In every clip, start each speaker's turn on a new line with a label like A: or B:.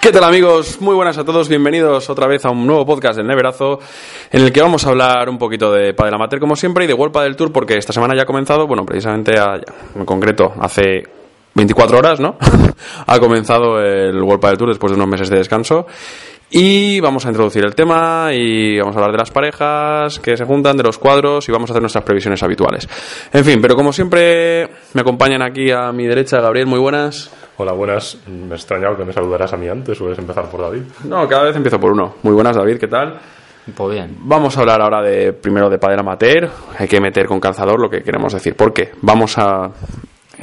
A: ¿Qué tal amigos? Muy buenas a todos, bienvenidos otra vez a un nuevo podcast del Neverazo en el que vamos a hablar un poquito de Padel Amateur como siempre y de World del Tour porque esta semana ya ha comenzado, bueno, precisamente a- en concreto hace 24 horas, ¿no? ha comenzado el World del Tour después de unos meses de descanso y vamos a introducir el tema y vamos a hablar de las parejas que se juntan, de los cuadros y vamos a hacer nuestras previsiones habituales. En fin, pero como siempre me acompañan aquí a mi derecha Gabriel, muy buenas.
B: Hola, buenas. Me he extrañado que me saludaras a mí antes. Puedes empezar por David.
A: No, cada vez empiezo por uno. Muy buenas David, ¿qué tal?
C: Pues bien.
A: Vamos a hablar ahora de primero de padel amateur. Hay que meter con calzador lo que queremos decir. ¿Por qué? Vamos a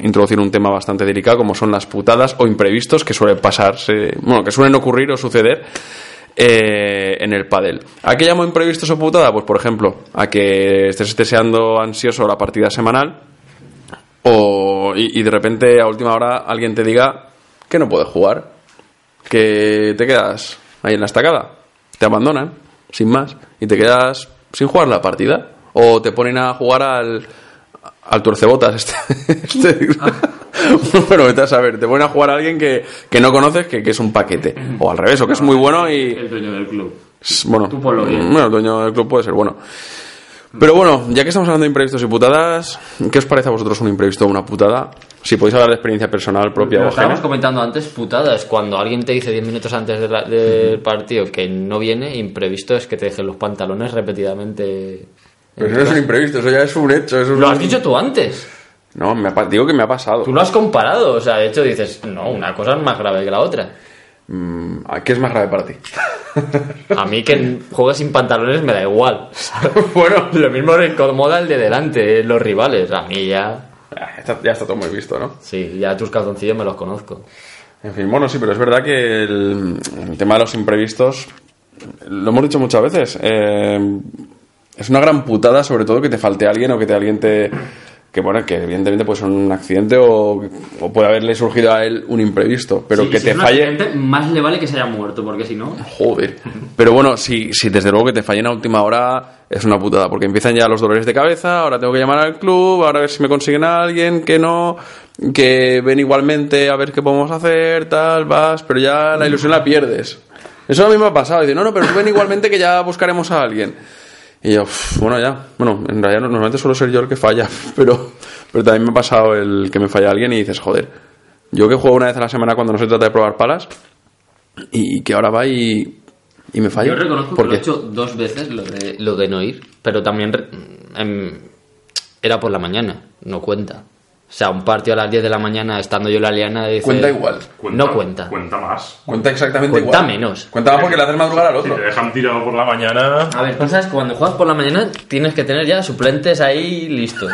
A: introducir un tema bastante delicado como son las putadas o imprevistos que suelen pasarse, bueno, que suelen ocurrir o suceder eh, en el padel. ¿A qué llamo imprevistos o putada? Pues por ejemplo, a que estés deseando ansioso la partida semanal o, y, y de repente a última hora alguien te diga que no puedes jugar, que te quedas ahí en la estacada, te abandonan, sin más, y te quedas sin jugar la partida, o te ponen a jugar al, al tuercebotas este. este- Bueno, vete a saber, te ponen a jugar a alguien que, que no conoces, que, que es un paquete, o al revés, o que es muy bueno y...
C: El dueño del club.
A: S- Bueno,
C: Tú ponlo bien.
A: bueno, el dueño del club puede ser bueno. Pero bueno, ya que estamos hablando de imprevistos y putadas, ¿qué os parece a vosotros un imprevisto o una putada? Si podéis hablar de experiencia personal propia o
C: Lo
A: ajena.
C: estábamos comentando antes, putadas. Cuando alguien te dice 10 minutos antes de la- del partido que no viene, imprevisto es que te dejen los pantalones repetidamente.
A: Pero eso no es un imprevisto, eso ya es un hecho. eso es
C: Lo
A: un-
C: has dicho tú antes.
A: No, me ha pa- digo que me ha pasado.
C: Tú lo has comparado. O sea, de hecho dices, no, una cosa es más grave que la otra.
A: Mm, ¿a ¿Qué es más grave para ti?
C: A mí que juegue sin pantalones me da igual. bueno, lo mismo le incomoda el de delante, eh, los rivales. A mí ya.
A: Ah, Ya está, ya está todo muy visto, ¿no?
C: Sí, ya tus calzoncillos me los conozco.
A: En fin, bueno, sí, pero es verdad que el, el tema de los imprevistos, lo hemos dicho muchas veces, eh, es una gran putada, sobre todo que te falte alguien o que te, alguien te... Que bueno, que evidentemente puede ser un accidente o, o puede haberle surgido a él un imprevisto, pero
D: Sí,
A: que
D: si
A: te
D: es un
A: falle...
D: accidente, más le vale que se haya muerto, porque si no.
A: Joder. Pero bueno, si, si desde luego que te fallen a última hora es una putada, porque empiezan ya los dolores de cabeza, ahora tengo que llamar al club, ahora a ver si me consiguen a alguien, que no, que ven igualmente a ver qué podemos hacer, tal, vas, pero ya la ilusión la pierdes. Eso a mí me ha pasado, dice, no, no, pero tú ven igualmente que ya buscaremos a alguien. Y yo, "Uf, bueno, ya. Bueno, en realidad no- normalmente suelo ser yo el que falla, pero, pero también me ha pasado el que me falla alguien y dices, joder, yo que juego una vez a la semana cuando no se trata de probar palas y que ahora va y, y me falla.
D: Yo reconozco que
A: ¿Por
D: lo he
A: qué?
D: hecho dos veces lo de.
C: lo de no ir, pero también re- em, era por la mañana, no cuenta. O sea, un partido a las 10 de la mañana estando yo en la liana dice-
A: Cuenta igual.
C: no cuenta.
B: Cuenta más.
A: Cuenta exactamente
C: Cuenta
A: igual.
C: menos.
A: Cuenta más porque le haces madrugar al
B: Si
A: otro.
B: te dejan tirado por la mañana.
C: A ver, tú sabes que cuando juegas por la mañana tienes que tener ya suplentes ahí listos.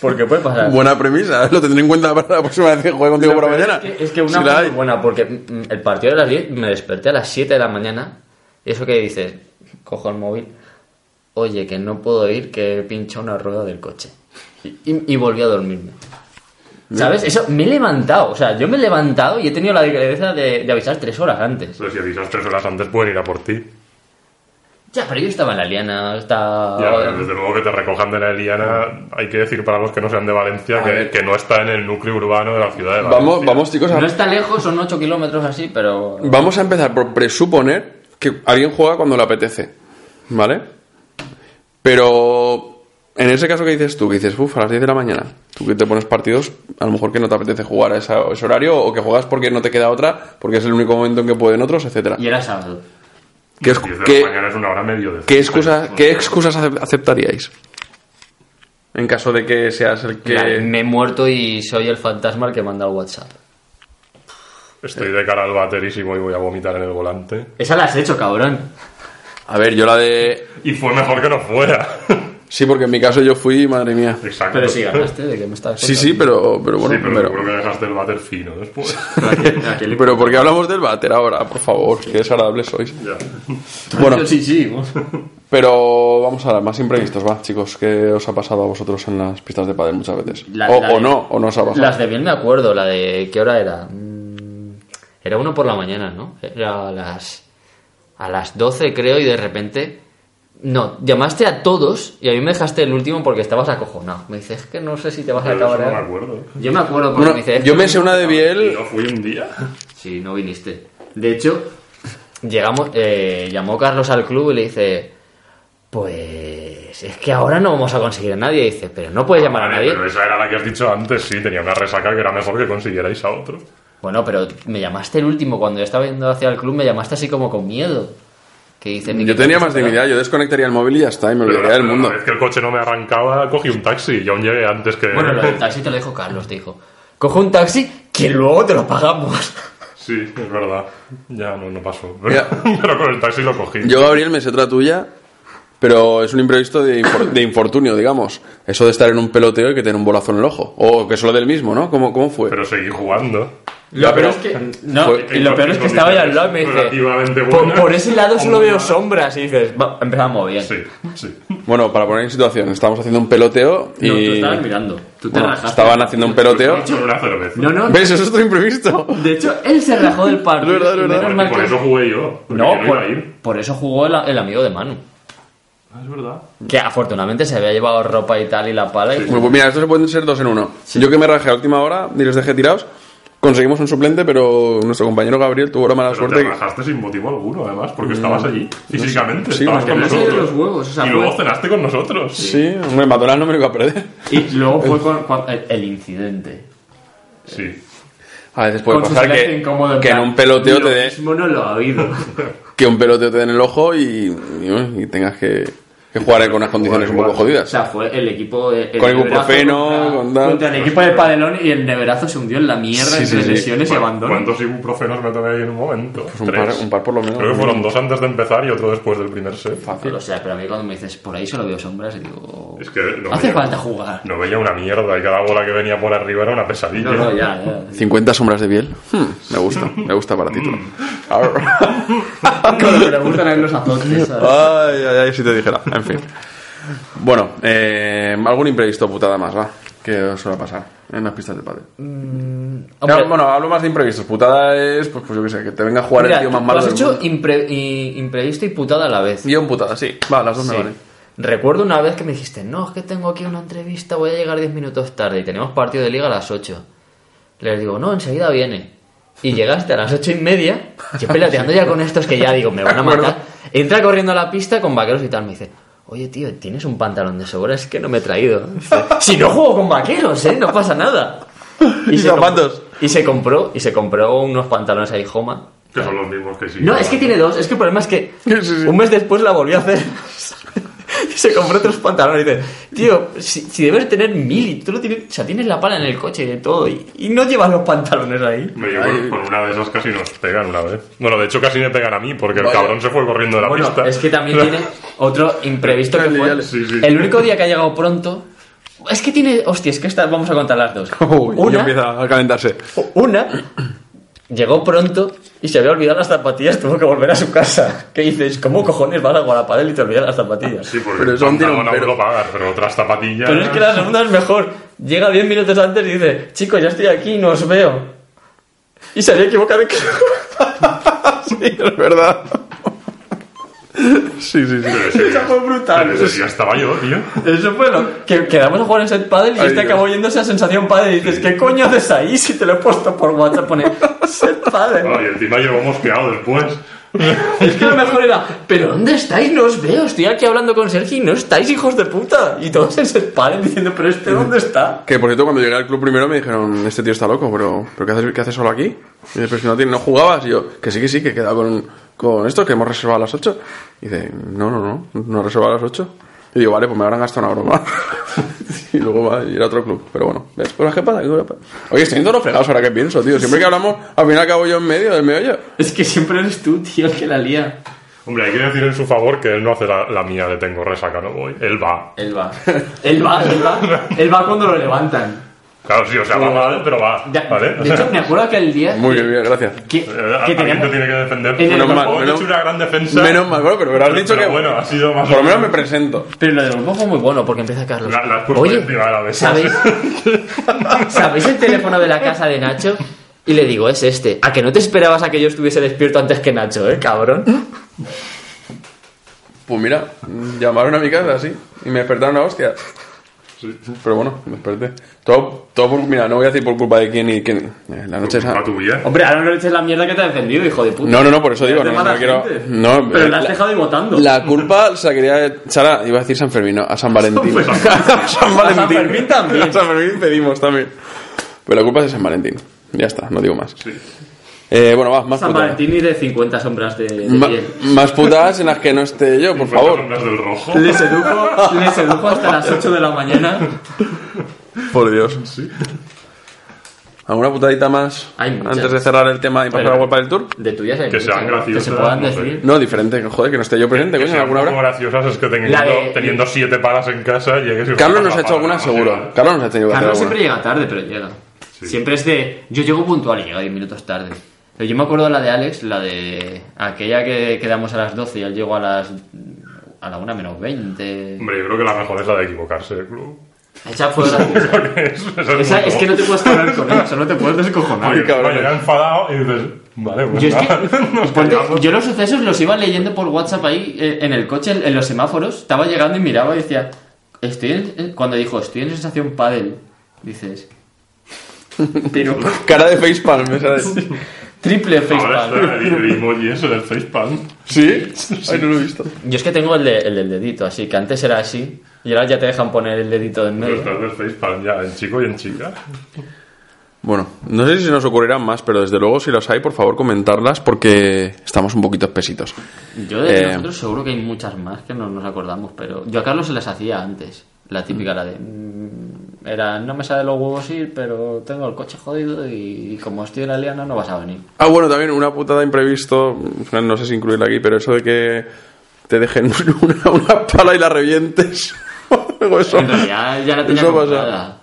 C: porque puede pasar.
A: Buena premisa, lo tendré en cuenta para la próxima vez que juegue contigo por la mañana.
C: Es que, es que una
A: Si la
C: fue
A: hay.
C: muy buena, porque mm, el partido de las 10 me desperté a las 7 de la mañana. Y eso que dices, cojo el móvil, oye, que no puedo ir, que he pinchado una rueda del coche. Y, y- y volví a dormirme. ¿Sabes? Eso me he levantado. O sea, yo me he levantado y he tenido la delicadeza de, de avisar tres horas antes.
B: Pero pues si avisas tres horas antes, pueden ir a por ti.
C: Ya, pero yo estaba en la liana, estaba.
B: Ya, pero desde luego que te recojan de la Eliana. Hay que decir para los que no sean de Valencia que,
A: ver.
B: que no está en el núcleo urbano de la ciudad de Valencia.
A: Vamos, vamos chicos, a-
C: No está lejos, son 8 kilómetros así, pero.
A: Vamos a empezar por presuponer que alguien juega cuando le apetece, ¿vale? Pero en ese caso que dices tú, que dices, uff, a las 10 de la mañana, tú que te pones partidos, a lo mejor que no te apetece jugar a esa- ese horario o que juegas porque no te queda otra, porque es el único momento en que pueden otros, etcétera.
D: Y era sábado.
A: ¿Qué, es-
B: 10 de
A: qué-
B: la mañana es una hora medio de.
A: qué excusas, qué excusas acep- aceptaríais? En caso de que seas el que...
C: La- Me he muerto y soy el fantasma el que manda el WhatsApp.
B: Estoy de cara al baterísimo y voy a vomitar en el volante.
C: Esa la has hecho, cabrón.
A: A ver, yo la de...
B: Y fue mejor que no fuera.
A: Sí, porque en mi caso yo fui, madre mía.
B: Exacto.
D: Pero sí, ganaste.
C: ¿Este? ¿De qué me estás
A: Sí, sí, pero, pero
B: Sí,
A: bueno,
B: pero
A: pero-
B: seguro que dejaste el váter fino después.
D: Aquel- aquel-
A: Pero porque hablamos del váter ahora, por favor, qué desagradables sois.
B: Ya.
A: Bueno,
D: Yo sí, sí. vos.
A: pero vamos a ver, más imprevistos, va, chicos, ¿qué os ha pasado a vosotros en las pistas de pádel muchas veces?
C: La-
A: o,
C: la
A: o
C: de-
A: no, o no os ha pasado.
C: Las de bien me acuerdo, la de. ¿Qué hora era? Mm, Era uno por la mañana, ¿no? Era a las. A las 12, creo, y de repente. No, llamaste a todos y a mí me dejaste el último porque estabas acojonado. Me dices, es que no sé si te vas
B: Yo
C: a
B: de eso no me
C: acabar.
B: acuerdo.
C: Yo me acuerdo porque
A: Bueno,
C: me dices.
A: yo me sé una de
B: Y
A: Biel,
B: no fui un día.
C: Sí, no viniste.
D: De hecho,
C: Llegamos, eh, llamó Carlos al club y le dice, pues es que ahora no vamos a conseguir a nadie. Y dice, pero no puedes llamar a
B: Vale,
C: nadie.
B: Pero esa era la que has dicho antes, sí, tenía una resaca que era mejor que consiguierais a otro.
C: Bueno, pero me llamaste el último, cuando yo estaba yendo hacia el club me llamaste así como con miedo. Que dice, ni
A: Yo
C: que-
A: tenía más dignidad, yo desconectaría el móvil y ya está, y me olvidaría del
B: la-
A: mundo.
B: La vez que el coche no me arrancaba, cogí un taxi y aún llegué antes que.
C: Bueno, lo del taxi te lo dijo Carlos, te dijo, coge un taxi que luego te lo pagamos.
B: Sí, es verdad. Ya no, no pasó.
A: Ya.
B: Pero, pero con el taxi lo cogí.
A: Yo, Gabriel, me sé otra tuya, pero es un imprevisto de, infor- de infortunio, digamos. Eso de estar en un peloteo y que tener un bolazo en el ojo. O que es lo del mismo, ¿no? ¿Cómo, cómo fue?
B: Pero seguí jugando.
D: lo
A: Ya,
D: peor es
A: pero-
D: que. No,
A: fue-
D: y lo peor es que estaba ahí al lado y me dice.
B: Relativamente
C: Por,
B: buenas.
C: por ese lado solo veo sombras y dices, "Va, empezamos bien.
B: Sí, sí.
A: Bueno, para poner en situación, estábamos haciendo un peloteo y...
D: No, tú estabas mirando. Tú te
A: Bueno,
D: rajaste.
A: estaban haciendo un peloteo.
B: Con una cerveza.
D: No, no.
A: ¿Ves? Eso es otro imprevisto.
D: De hecho, él se rajó del partido.
A: Es verdad, es
D: y
A: verdad.
D: menos
B: Por,
D: mal
B: por
D: que-
B: eso jugué yo. porque
C: No,
B: yo iba a ir.
C: por, por eso jugó el, el amigo de Manu.
B: Ah, es verdad.
C: Que afortunadamente se había llevado ropa y tal y la pala. Y
A: Bueno, pues mira, estos pueden ser dos en uno. Yo que me rajé a última hora y los dejé tirados, conseguimos un suplente, pero nuestro compañero Gabriel tuvo la mala
B: Pero
A: suerte.
B: te
A: que-
B: rajaste sin motivo alguno, además, porque estabas allí físicamente.
A: Sí,
B: estabas
A: me
B: con
D: me salió
B: nosotros.
D: los huevos, o sea,
B: y luego
D: fue-
B: cenaste con nosotros.
A: Sí, hombre, Matolas no me lo iba a perder.
D: Y luego fue con, con el, el incidente.
B: Sí.
A: A veces puede
D: Con su
A: pasar
D: silencio
A: que,
D: incómodo,
A: que en
D: plan,
A: un peloteo
D: lo
A: te dé
D: mismo no lo ha oído.
A: que un peloteo te den el ojo y, y- y tengas que, que jugar con unas condiciones un poco
D: O
A: jodidas.
D: sea, fue el equipo. de- el
A: Con el
D: neverazo
A: ibuprofeno,
D: contra-
A: con tal.
D: Contra el equipo de Padelón y el neverazo se hundió en la mierda
A: Sí, sí,
D: entre
A: sí.
D: lesiones y
B: Cu-
D: abandono.
B: ¿Cuántos ibuprofenos me tomé ahí en un momento?
A: Pues un
B: Tres.
A: par- un par por lo menos.
B: Creo que fueron dos antes de empezar y otro después del primer set.
A: Fácil.
D: O sea, pero a mí cuando me dices por ahí solo veo sombras, digo.
B: Es que no
D: hace
B: veía-
D: falta jugar.
B: No veía una mierda y cada bola que venía por arriba era una pesadilla.
D: No, no, ya, ya.
A: 50 sombras de piel. Hmm, me gusta, me gusta para título. Arr.
D: Mm. Cuando me gustan a los azotes, ¿sabes?
A: Ay, ay, ay, si te dijera. En fin. Bueno, eh, algún imprevisto putada más, va. Que os suele pasar en las pistas de padre.
C: Hombre,
A: bueno, hablo más de imprevistos. Putada es, pues, pues yo qué sé, que te venga a jugar
C: mira,
A: el tío
C: tú-
A: más
C: tú
A: malo
C: has
A: del
C: hecho
A: mundo.
C: impre- y- imprevisto y putada a la vez.
A: Guión putada, sí. Va, las dos me
C: Sí.
A: valen.
C: Recuerdo una vez que me dijiste, no, es que tengo aquí una entrevista, voy a llegar 10 minutos tarde y tenemos partido de liga a las 8. Les digo, no, enseguida viene. Y llegaste a las 8 y media, yo peleateando ya con estos que ya digo, me van a matar. Entra corriendo a la pista con vaqueros y tal, me dice, oye tío, ¿tienes un pantalón de segura? Es que no me he traído. Dice, si no juego con vaqueros, ¿eh? No pasa nada.
A: Y
C: se comp-
A: zapatos.
C: Y se compró, y se compró unos pantalones ahí, Joma.
B: Que son los mismos que sí.
C: No, es que tiene dos. Es que el problema es que un mes después la volvió a hacer. y se compró otros pantalones. Y dice, tío, si, si debes tener mil y tú lo tienes, o sea, tienes la pala en el coche y de todo. Y, y no llevas los pantalones ahí.
B: Me llevo con una de esas casi nos pegan una vez. Bueno, de hecho casi me pegan a mí porque el
A: Vaya.
B: cabrón se fue corriendo de la
C: Bueno,
B: pista.
C: es que también tiene otro imprevisto que fue.
A: Dale,
B: sí, sí.
C: El único día que ha llegado pronto. Es que tiene. Hostia, es que estas vamos a contar las dos.
A: Uy, ya
C: una,
A: empieza a calentarse.
C: una llegó pronto y se había olvidado las zapatillas, tuvo que volver a su casa. ¿Qué dices? ¿Cómo cojones vas a Guadalajara y te olvidas las zapatillas?
B: Sí, porque
A: Pero
B: pero
A: eso aún
B: son
A: tiene un pero.
B: puedo pagar, pero otras zapatillas...
C: Pero es que la segunda es mejor. Llega 10 minutos antes y dice, chicos, ya estoy aquí, no os veo. Y se había equivocado de
A: sí, es verdad. sí, sí, sí.
B: Pero ese día-
C: fue brutal.
B: pero ese día estaba yo, tío.
C: Eso fue lo que quedamos a jugar en set paddle y
A: Ay,
C: este
A: Dios.
C: acabó yéndose a sensación paddle y dices, ¿qué coño haces ahí si te lo he puesto por WhatsApp? Pone set paddle.
B: Ah, y encima llevo mosqueado después.
C: Es que lo mejor era, ¿pero dónde estáis? No os veo, estoy aquí hablando con Sergi y no estáis, hijos de puta. Y todos en set paddle diciendo, ¿pero este dónde está?
A: Que por cierto, cuando llegué al club primero me dijeron, este tío está loco, pero, ¿pero qué, haces, ¿qué haces solo aquí? Y dice, pero si no, tiene- no jugabas. Y yo, que sí, que sí, que he quedado con, con esto, que hemos reservado a las 8. Y dice, no, no, no, no he reservado a las 8. Y digo, vale, pues me habrán gastado una broma. y luego va a ir a otro club. Pero bueno, ¿ves? Pues, Cosas que pasan. cosas que pasan. Oye, estoy yendo los fregados ahora que pienso, tío. Siempre que hablamos, al final acabo yo en medio del meollo.
D: Es que siempre eres tú, tío, el que la lía.
B: Hombre, hay que decir en su favor que él no hace la, la mía de tengo resaca, no voy. Él va.
D: Él va. Él va, él va. Él va cuando lo levantan.
B: Claro, sí, o sea, va mal, pero va.
D: Ya,
B: ¿Vale? O
D: De
B: sea,
D: hecho, me acuerdo aquel día
A: Muy bien, gracias.
D: que,
B: eh,
D: que
B: alguien
D: teníamos.
B: te tiene que defender.
D: En el- Menos
A: mal,
B: Tampoco he
A: menos-
B: hecho una gran defensa.
A: Menos mal, bueno, pero, pero has
B: Pero-
A: dicho
B: pero
A: que...
B: bueno, ha sido más
A: Por lo
B: o
A: menos me
B: menos.
A: presento.
C: Pero lo del grupo fue muy bueno porque empieza Carlos.
B: La- la has puesto
C: Oye,
B: encima de la mesa".
C: ¿sabéis, ¿sabéis el teléfono de la casa de Nacho? Y le digo, es este. A que no te esperabas a que yo estuviese despierto antes que Nacho, ¿eh, cabrón?
A: Pues mira, llamaron a mi casa, sí. Y me despertaron a hostias. Pero bueno, me desperté. Todo, todo por- mira, no voy a decir por culpa de quién y quién. Eh, La noche esa-
B: ¿A tu vida?
D: Hombre, ahora no le eches la mierda que te ha defendido, hijo de puta.
A: No, no, no, por eso digo,
D: Te
A: no,
D: matas
A: no quiero.
D: gente.
A: No,
D: Pero
A: eh,
D: la has dejado ahí votando.
A: La culpa se la quería. Sara, iba a decir San Fermín, no, a San Valentín.
B: Pues,
A: a San Valentín.
D: A San Fermín también.
A: A San Fermín pedimos también. Pero la culpa es de San Valentín. Ya está, no digo más.
B: Sí.
A: Eh, bueno, va, más
D: San
A: putas.
D: Valentín y de 50 sombras de, de
A: Ma-
D: piel.
A: más putas en las que no esté yo, por favor.
B: Las del rojo.
D: Les educo, les educo hasta las 8 de la mañana.
A: Por Dios. ¿Alguna putadita más?
C: Hay muchas.
A: antes de cerrar el tema y pasar
C: Pero-
A: a World del Tour.
C: De tuyas hay
B: Que
C: muchas,
B: sean
C: ¿no?
B: graciosas,
C: Que se puedan
B: no sé.
C: decir.
A: No, diferente, joder, que no esté yo presente, coño, en alguna
B: Las
A: hora.
B: graciosas es que
C: La de-
B: teniendo, teniendo siete palas en casa llegues y
A: Carlos nos
B: la
A: ha hecho
B: pala,
A: alguna
B: no sé,
A: seguro.
B: vale.
A: Carlos nos ha tenido que hacer
C: Carlos
A: alguna.
C: siempre llega tarde, pero llega. Siempre es de. Yo llego puntual y llego 10 minutos tarde. Pero yo me acuerdo de la de Alex, la de. aquella que quedamos a las 12 y él llegó a las. a la 1 menos 20.
B: Hombre, yo creo que la mejor es la de equivocarse. ¿no?
C: Esa fue la.
B: Creo que es, esa es,
C: Esa
B: muy
C: es que no te puedes hablar con él, solo te puedes descojonar.
B: Oye,
A: cabrón.
B: oye, ya enfadado y dices, vale, pues
C: Yo, es que-
B: nada, nos
C: ponte-
B: callamos.
C: yo los sucesos los iba leyendo por WhatsApp ahí eh, en el coche, en, en los semáforos. Estaba llegando y miraba y decía, estoy en- en- cuando dijo, estoy en sensación pádel, dices, pero
A: Cara de facepalm, ¿sabes?
C: triple
B: Ahora está
C: facepalm.
B: el- el emoji ese del facepalm.
A: ¿Sí? Ay, no lo he visto.
C: Yo es que tengo el, de- el del dedito, así que antes era así y ahora ya te dejan poner el dedito en
B: Pero
C: medio.
B: estás del facepalm ya, en chico y en chica.
A: Bueno, no sé si se nos ocurrirán más, pero desde luego si las hay, por favor comentarlas porque estamos un poquito espesitos.
C: Yo de
A: Eh.
C: nosotros seguro que hay muchas más que no nos acordamos, pero yo a Carlos se las hacía antes. La típica, la de. mm, Era, no me sale los huevos ir, pero tengo el coche jodido y como estoy en la liana no vas a venir.
A: Ah, bueno, también una putada imprevisto, no sé si incluirla aquí, pero eso de que te dejen una, una pala y la revientes. Algo eso.
C: En realidad ya la tenía
A: Eso pasa.
C: comprada.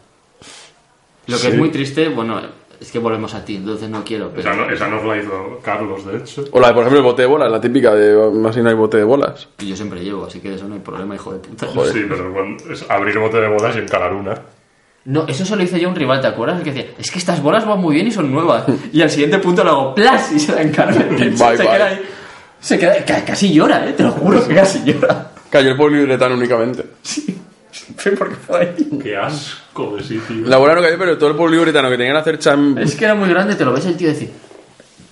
C: Lo que es muy triste, bueno, es que volvemos a ti, entonces no quiero, pero...
B: Esa, no, esa nos la hizo Carlos, de hecho.
A: O la de, por ejemplo, el bote de bolas, la típica de más si no hay bote de bolas.
C: Yo siempre llevo, así que de eso no hay problema, hijo de puta.
B: Sí, pero cuando- es abrir bote de bolas y encarar una.
C: No, eso se lo hice yo a un rival, ¿te acuerdas? El que decía, es que estas bolas van muy bien y son nuevas. Y al siguiente punto le hago plas y se la encarga.
A: Bye,
C: se
A: bye.
C: queda ahí. Se queda, ca- casi llora, ¿eh? Te lo juro que casi llora.
A: Cayó el poliuretano únicamente.
C: Pero porque fue ahí.
B: Qué asco de sitio.
A: La bola no cayó, pero todo el poliuretano que tenían que hacer cham...
C: Es que era muy grande, te lo ves el tío decir,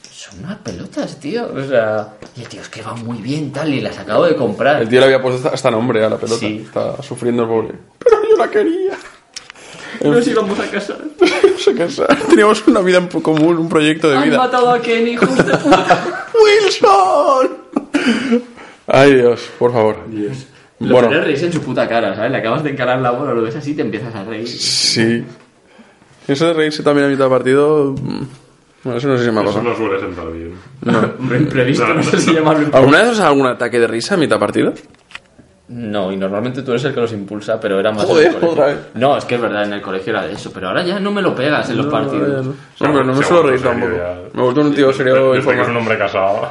C: son unas pelotas, tío. O sea, y el tío, es que van muy bien, tal, y las acabo de comprar.
A: El tío le había puesto hasta nombre a la pelota.
C: Sí.
A: Está sufriendo el pobre. Pero yo la quería.
D: Nos íbamos a casar.
A: No sé qué sea. Teníamos una vida en común, un proyecto de
D: Han
A: vida.
D: matado a Kenny, hijos de puta.
A: ¡Wilson! Ay, Dios, por favor.
C: Lo
A: Bueno.
C: peor es reírse en su puta cara, ¿sabes? Le acabas de encarar la bola, lo ves así y te empiezas a reír.
A: Sí. Eso de reírse también a mitad de partido. mm, Bueno, eso no sé si me ha
B: Eso
A: pasado.
B: no suele sentar bien.
C: Hombre, imprevisto, no sé si llamarlo imprevisto.
A: ¿Alguna vez os ha algún ataque de risa a mitad de partido?
C: No, y normalmente tú eres el que los impulsa, pero era más. en el
A: Joder,
C: colegio.
A: otra vez.
C: No, es que es verdad, en el colegio era de eso, pero ahora ya no me lo pegas en los partidos.
A: No, pero no me
B: Se ha
A: suelo
B: vuelto
A: reír
B: serio
A: tampoco.
B: ya.
A: Me he vuelto un tío serio
B: Desde
A: y
B: desde que es un
A: formal.
B: hombre casado.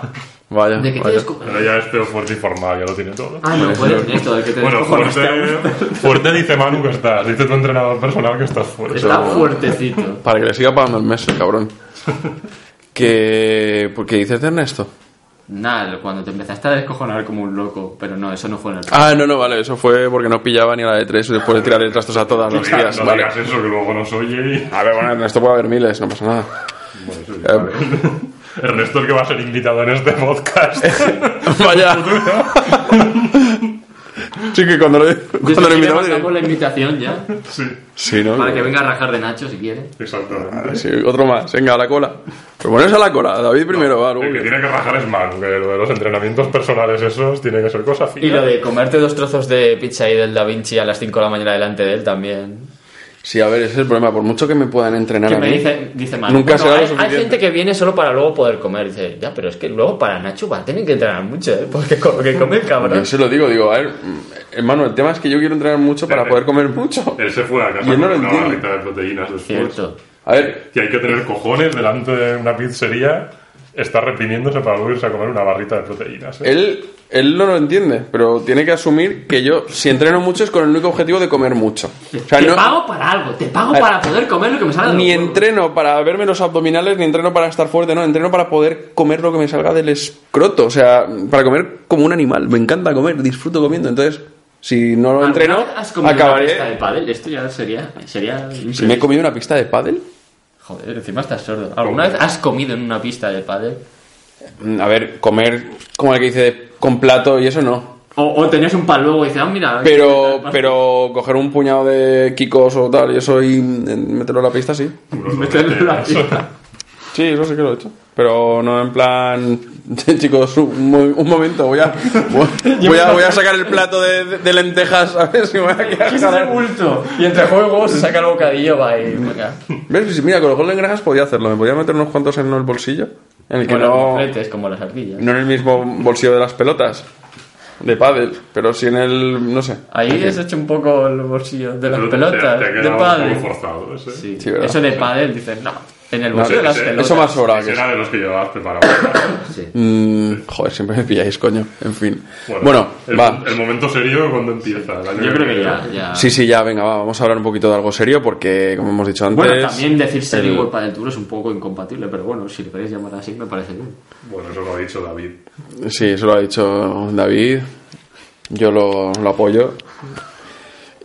A: Vaya.
C: ¿De qué
A: vaya.
C: tienes co-
B: Pero ya es peor fuerte y formal, ya lo tiene todo.
C: Ah, no, puedes tener esto, el que te
B: Bueno,
C: descojonas,
B: fuerte, fuerte dice Manu que estás. Dice tu entrenador personal que estás fuerte.
C: Está fuertecito.
A: Para que le siga pagando el mes, el cabrón. que... ¿Por qué dices de Ernesto?
C: Nada, cuando te empezaste a descojonar como un loco, pero no, eso no fue en el.
A: Ah, no, no, vale, eso fue porque no pillaba ni a la de tres después de tirarle trastos a todas
B: No
A: las
B: digas,
A: tías.
B: no
A: Vale.
B: digas eso que luego nos oye y...
A: A ver, bueno, Ernesto puede haber miles, no pasa nada.
B: Bueno, sí,
A: Eh,
B: vale. Ernesto el que va a ser invitado en este podcast.
A: Vaya. sí, que cuando lo,
C: Desde
A: cuando lo
C: aquí le
A: invitamos.
C: mandamos la invitación ya,
B: sí,
A: Sí, ¿no?
C: para que venga a rajar de Nacho si quiere.
B: exactamente.
A: Ah, sí, otro más, venga, a la cola. Pero bueno, es a la cola, David primero, va, luego
B: El que
A: yo.
B: tiene que rajar es Manu, que lo de los entrenamientos personales esos tiene que ser cosa fina.
C: Y lo de comerte dos trozos de pizza ahí del Da Vinci a las 5 de la mañana delante de él también.
A: Sí, a ver, ese es el problema. Por mucho que me puedan entrenar
C: Que
A: a
C: me
A: mí,
C: dice, dice Manu,
A: ¿eh? Nunca
C: "Bueno,
A: será lo
C: hay- hay,
A: suficiente".
C: gente que viene solo para luego poder comer. Dice, ya, pero es que luego para Nacho va a tener que entrenar mucho, ¿eh? Porque con lo que come el
A: Yo
C: cabrón.
A: se lo digo, digo, a ver, mm, hermano, el tema es que yo quiero entrenar mucho para poder comer mucho.
B: Él se fue a
A: Y
B: casa
A: él
B: con
A: no lo
B: una
A: entiende.
B: barrita de proteínas después.
C: Cierto.
A: A ver,
B: Y hay que tener cojones delante de una pizzería, estar reprimiéndose para luego irse a comer una barrita de proteínas. ¿eh?
A: él, él no lo entiende, pero tiene que asumir que yo, si entreno mucho, es con el único objetivo de comer mucho. O sea,
C: te
A: no,
C: pago para algo, te pago
A: ver,
C: para poder comer lo que me
D: Ah,
C: sale de los
A: ni
C: huevos.
A: entreno para verme los abdominales, ni entreno para estar fuerte, no, entreno para poder comer lo que me salga del escroto, o sea, para comer como un animal, me encanta comer, disfruto comiendo, entonces Si no lo entreno,
D: ¿Alguna vez ¿Has comido una pista de
A: acabaré.
D: pádel? Esto ya sería... sería
A: Si me he comido una pista de pádel,
C: Joder, encima estás sordo. ¿Alguna vez has comido en una pista de pádel?
A: mm, a ver, comer como el que dice de- con plato y eso no.
D: o, o tenías un pan luego y dices, ah, mira...
A: Pero, pero coger un puñado de kikos o tal y eso y mm, meterlo en la pista, sí.
D: Meterlo en la pista.
A: Sí, eso sí que lo he hecho. Pero no en plan, chicos, un, mo- un momento, voy a, voy, a, voy a sacar el plato de, de- de lentejas, ¿sabes? Y me voy a quedar-
D: ¿Qué es ese bulto?
C: Y entre juegos se saca el bocadillo, va y... venga.
A: ¿Ves? Sí, Mira, con los Golden Granjas podía hacerlo. Me podía meter unos cuantos en el bolsillo. En el que
C: Como los
A: no, no
C: mofletes, como las ardillas.
A: en el mismo bolsillo de las pelotas. De pádel. Pero sí en el... no sé.
C: Ahí es hecho un poco el bolsillo de las
B: Pero te-
C: pelotas,
B: te ha
C: de
B: quedado un
C: pádel.
B: poco forzado ese.
C: Sí.
A: Sí, ¿verdad?
C: Eso de pádel, dices, no, en el
A: No,
C: bolsillo de las
B: sí, sí.
C: pelotas.
A: Eso más sobra
B: Ese
A: que...
B: era de los que llevabas preparado.
C: Sí.
A: Mm, joder, siempre me pilláis, coño. En fin. Bueno,
B: el,
A: va.
B: el momento serio cuando empieza. el año
D: Yo creo que ya,
B: viene.
D: ya...
A: Sí, sí, ya, venga, va. Vamos a hablar un poquito de algo serio porque, como hemos dicho antes...
D: Bueno, también decir serio
A: el-
D: y Golpa del Tour es un poco incompatible, pero bueno, si le queréis llamar así me parece bien.
B: Bueno, eso lo ha dicho David.
A: Sí, eso lo ha dicho David. Yo lo, lo apoyo.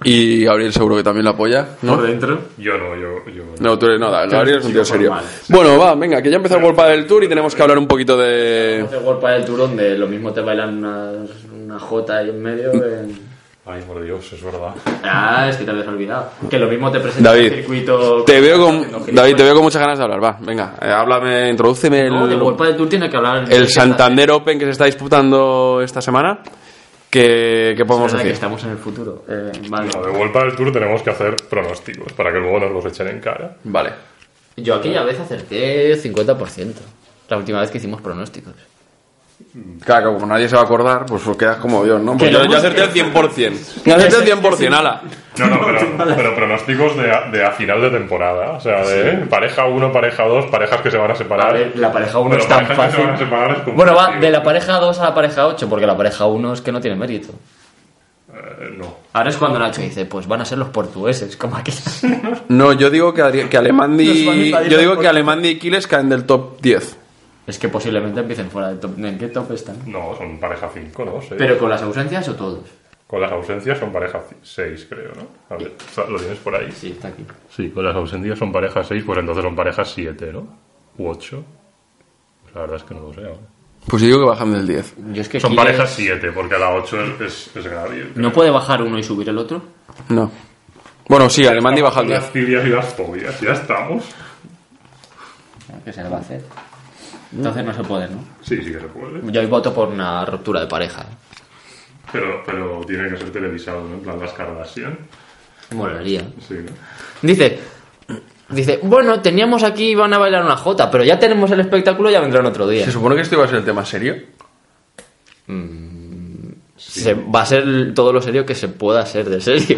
A: Y Gabriel seguro que también lo apoya. ¿no?
D: Por dentro.
B: Yo no, yo. yo no.
A: No, tú eres, no, da- Gabriel es un tío serio.
D: formal.
A: Bueno, va, venga, que ya empezó el golpe del tour y tenemos que hablar un poquito de.
C: Hace golpa del turón de lo mismo te bailan una, una jota ahí en medio.
A: Mm.
C: en-
B: Ay, por Dios, es verdad.
D: Ah, es que te habías olvidado. Que lo mismo te presentan
A: David,
D: el circuito...
A: Te veo con. David, te veo con muchas ganas de hablar, va, venga, eh, háblame, introdúceme
D: No, del
A: el,
D: Golpa del Tour tiene que hablar...
A: el Santander Open que se está disputando esta semana. ¿Qué, qué podemos
D: Es verdad que
A: decir?
D: estamos en el futuro. Eh, vale.
B: No, de vuelta al tour tenemos que hacer pronósticos para que luego nos los echen en cara.
A: Vale.
C: Yo aquella vez acerté 50%. La última vez que hicimos pronósticos.
A: Claro, como nadie se va a acordar, pues quedas como Dios, ¿no? Pues
D: Que
A: yo,
D: lo
A: yo acerté al 100%. Yo acerté al 100%, ala.
B: No, no, pero, pero pronósticos de a, de a final de temporada. O sea, de pareja 1, pareja 2, parejas que se van a separar.
D: A ver, la pareja uno
B: Pero
D: es tan
B: parejas que se
D: fácil.
B: van a separar es complicado.
C: Bueno, va de la pareja 2 a la pareja 8, porque la pareja 1 es que no tiene mérito.
B: Eh, no.
D: Ahora es cuando Nacho
C: Que
D: dice...
C: dice, pues van a ser los portugueses, como aquí.
A: No, yo digo que, Adri- que
D: Nos van a
A: Alemandi.
D: invadir
A: Yo digo
D: los
A: que Alemandi y Kiles caen del top 10.
C: es que posiblemente empiecen fuera del top. ¿En qué top están?
B: No, son pareja 5, ¿no? Seis.
D: ¿Pero con las ausencias o todos?
B: Con las ausencias son pareja 6, creo, ¿no? A ver, o sea, lo tienes por ahí.
D: Sí, está aquí.
B: Sí, con las ausencias son pareja 6, pues entonces son pareja 7, ¿no? U 8. Pues la verdad es que no lo sé. ¿no?
A: Pues yo digo que bajan del 10.
C: Yo es que
B: Son
C: Kiles-
B: pareja 7, porque la 8 es, es, es grave.
D: ¿No puede bajar uno y subir el otro?
A: No. Bueno, sí, Alemandi baja al 10.
B: Las filias y las fobias, ya estamos.
C: ¿Qué se le va a hacer?
D: Entonces no se puede, ¿no?
B: Sí, sí que se puede.
C: Yo hoy voto por una ruptura de pareja.
B: Pero, pero tiene que ser televisado, ¿no? En plan las Kardashian.
C: Me molaría.
B: Sí, ¿no?
C: Dice, dice, bueno, teníamos aquí, van a bailar una jota, pero ya tenemos el espectáculo, ya vendrán otro día.
A: ¿Se supone que esto iba a ser el tema serio?
C: Se- va a ser todo lo serio que se pueda ser de serio.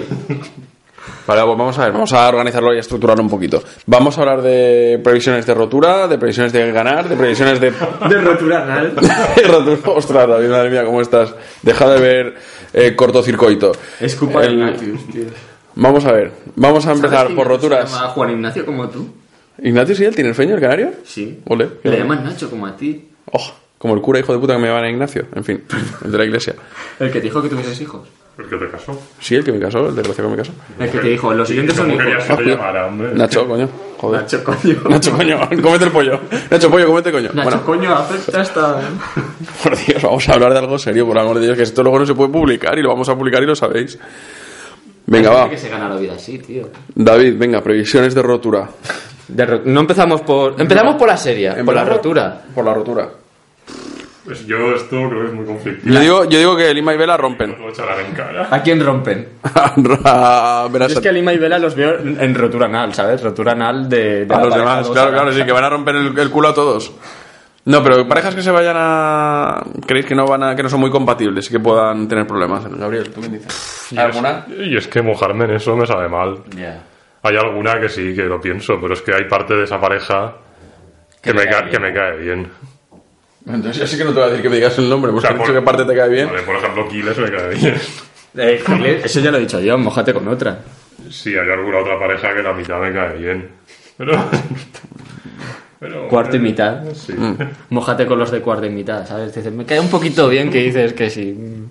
A: Vale, pues vamos a ver, vamos a organizarlo y a estructurarlo un poquito. Vamos a hablar de previsiones de rotura, de previsiones de ganar, de previsiones de, de
D: De rotura anal.
A: rotura. Ostras, David, madre mía, ¿cómo estás? Deja de ver eh, cortocircuito.
D: Es culpa de
A: El-
D: Ignatius, tío.
A: Vamos a ver, vamos a empezar
D: ¿Sabes
A: por
D: que Ignacio
A: roturas.
D: se llama Juan Ignacio como tú.
A: ¿Ignatius y él tiene el feño, el canario?
D: Sí.
A: Ole.
D: Le llaman Nacho como a ti.
A: Oh, como el cura hijo de puta que me llaman a Ignacio. En fin, el de la iglesia.
D: El que te dijo que tuvieses hijos.
B: ¿Por qué te casó?
A: Sí, el que me casó, el desgraciado que me casó.
D: El que te dijo, los siguientes son
B: ¿Cómo
D: hijos.
B: querías que te llamara, hombre?
A: Nacho, coño. Joder. Nacho,
D: Nacho, coño.
A: coño, cómete el pollo. Nacho, pollo, cómete coño.
D: Nacho,
A: bueno,
D: coño, acepta esta... ¿eh?
A: por Dios, vamos a hablar de algo serio, por amor de Dios, que esto luego no se puede publicar y lo vamos a publicar y lo sabéis. Venga, va.
D: que se gana la vida así, tío.
A: David, venga, previsiones de rotura.
C: De ro- no empezamos por... Empezamos por la seria, por la rotura.
A: Por la rotura.
B: Pues yo esto creo que es muy conflictivo.
A: Yo digo, yo digo que Lima y Vela rompen.
B: Os lo echarán en cara.
C: ¿A quién rompen?
A: a ver a
C: Es
A: Sat-
C: que Lima y Vela los veo en rotura anal, ¿sabes? Rotura anal de... de
A: a
C: la
A: los
C: pareja
A: demás,
C: dos
A: claro,
C: anal.
A: claro, sí, que van a romper el, el culo a todos. No, pero parejas que se vayan a... ¿Creéis que no van a... que no son muy compatibles y que puedan tener problemas? Gabriel, ¿tú qué dices? ¿Alguna?
B: Y es que mojarme en eso me sabe mal. Hay alguna que sí, que lo pienso, pero es que hay parte de esa pareja que, me, ca- que me cae bien.
A: Entonces yo sí que no te voy a decir que me digas el nombre, porque
B: O sea,
A: has dicho
B: por-
A: que parte te cae bien.
B: Vale, por ejemplo, Kiles me cae bien.
C: Eh, Giles, eso ya lo he dicho yo, mojate con otra.
B: Sí, hay alguna otra pareja que la mitad me cae bien. Pero... pero
C: Cuarto y mitad.
B: Sí.
C: Mojate con los de cuarto y mitad, ¿sabes? Te dicen, me cae un poquito bien que dices que sí. mm,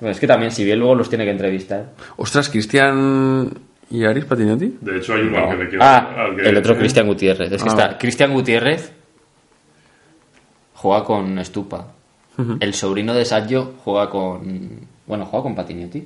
C: Bueno, es que también, si bien luego los tiene que entrevistar.
A: Ostras, Cristian y Aris Patinetti.
B: De hecho, hay uno al que le quiero.
C: Ah,
B: al que-
C: el otro Cristian Gutiérrez. Es que
A: Ah.
C: está Cristian Gutiérrez juega con Estupa. El sobrino de Saggio juega con. Bueno, juega con Patinetti.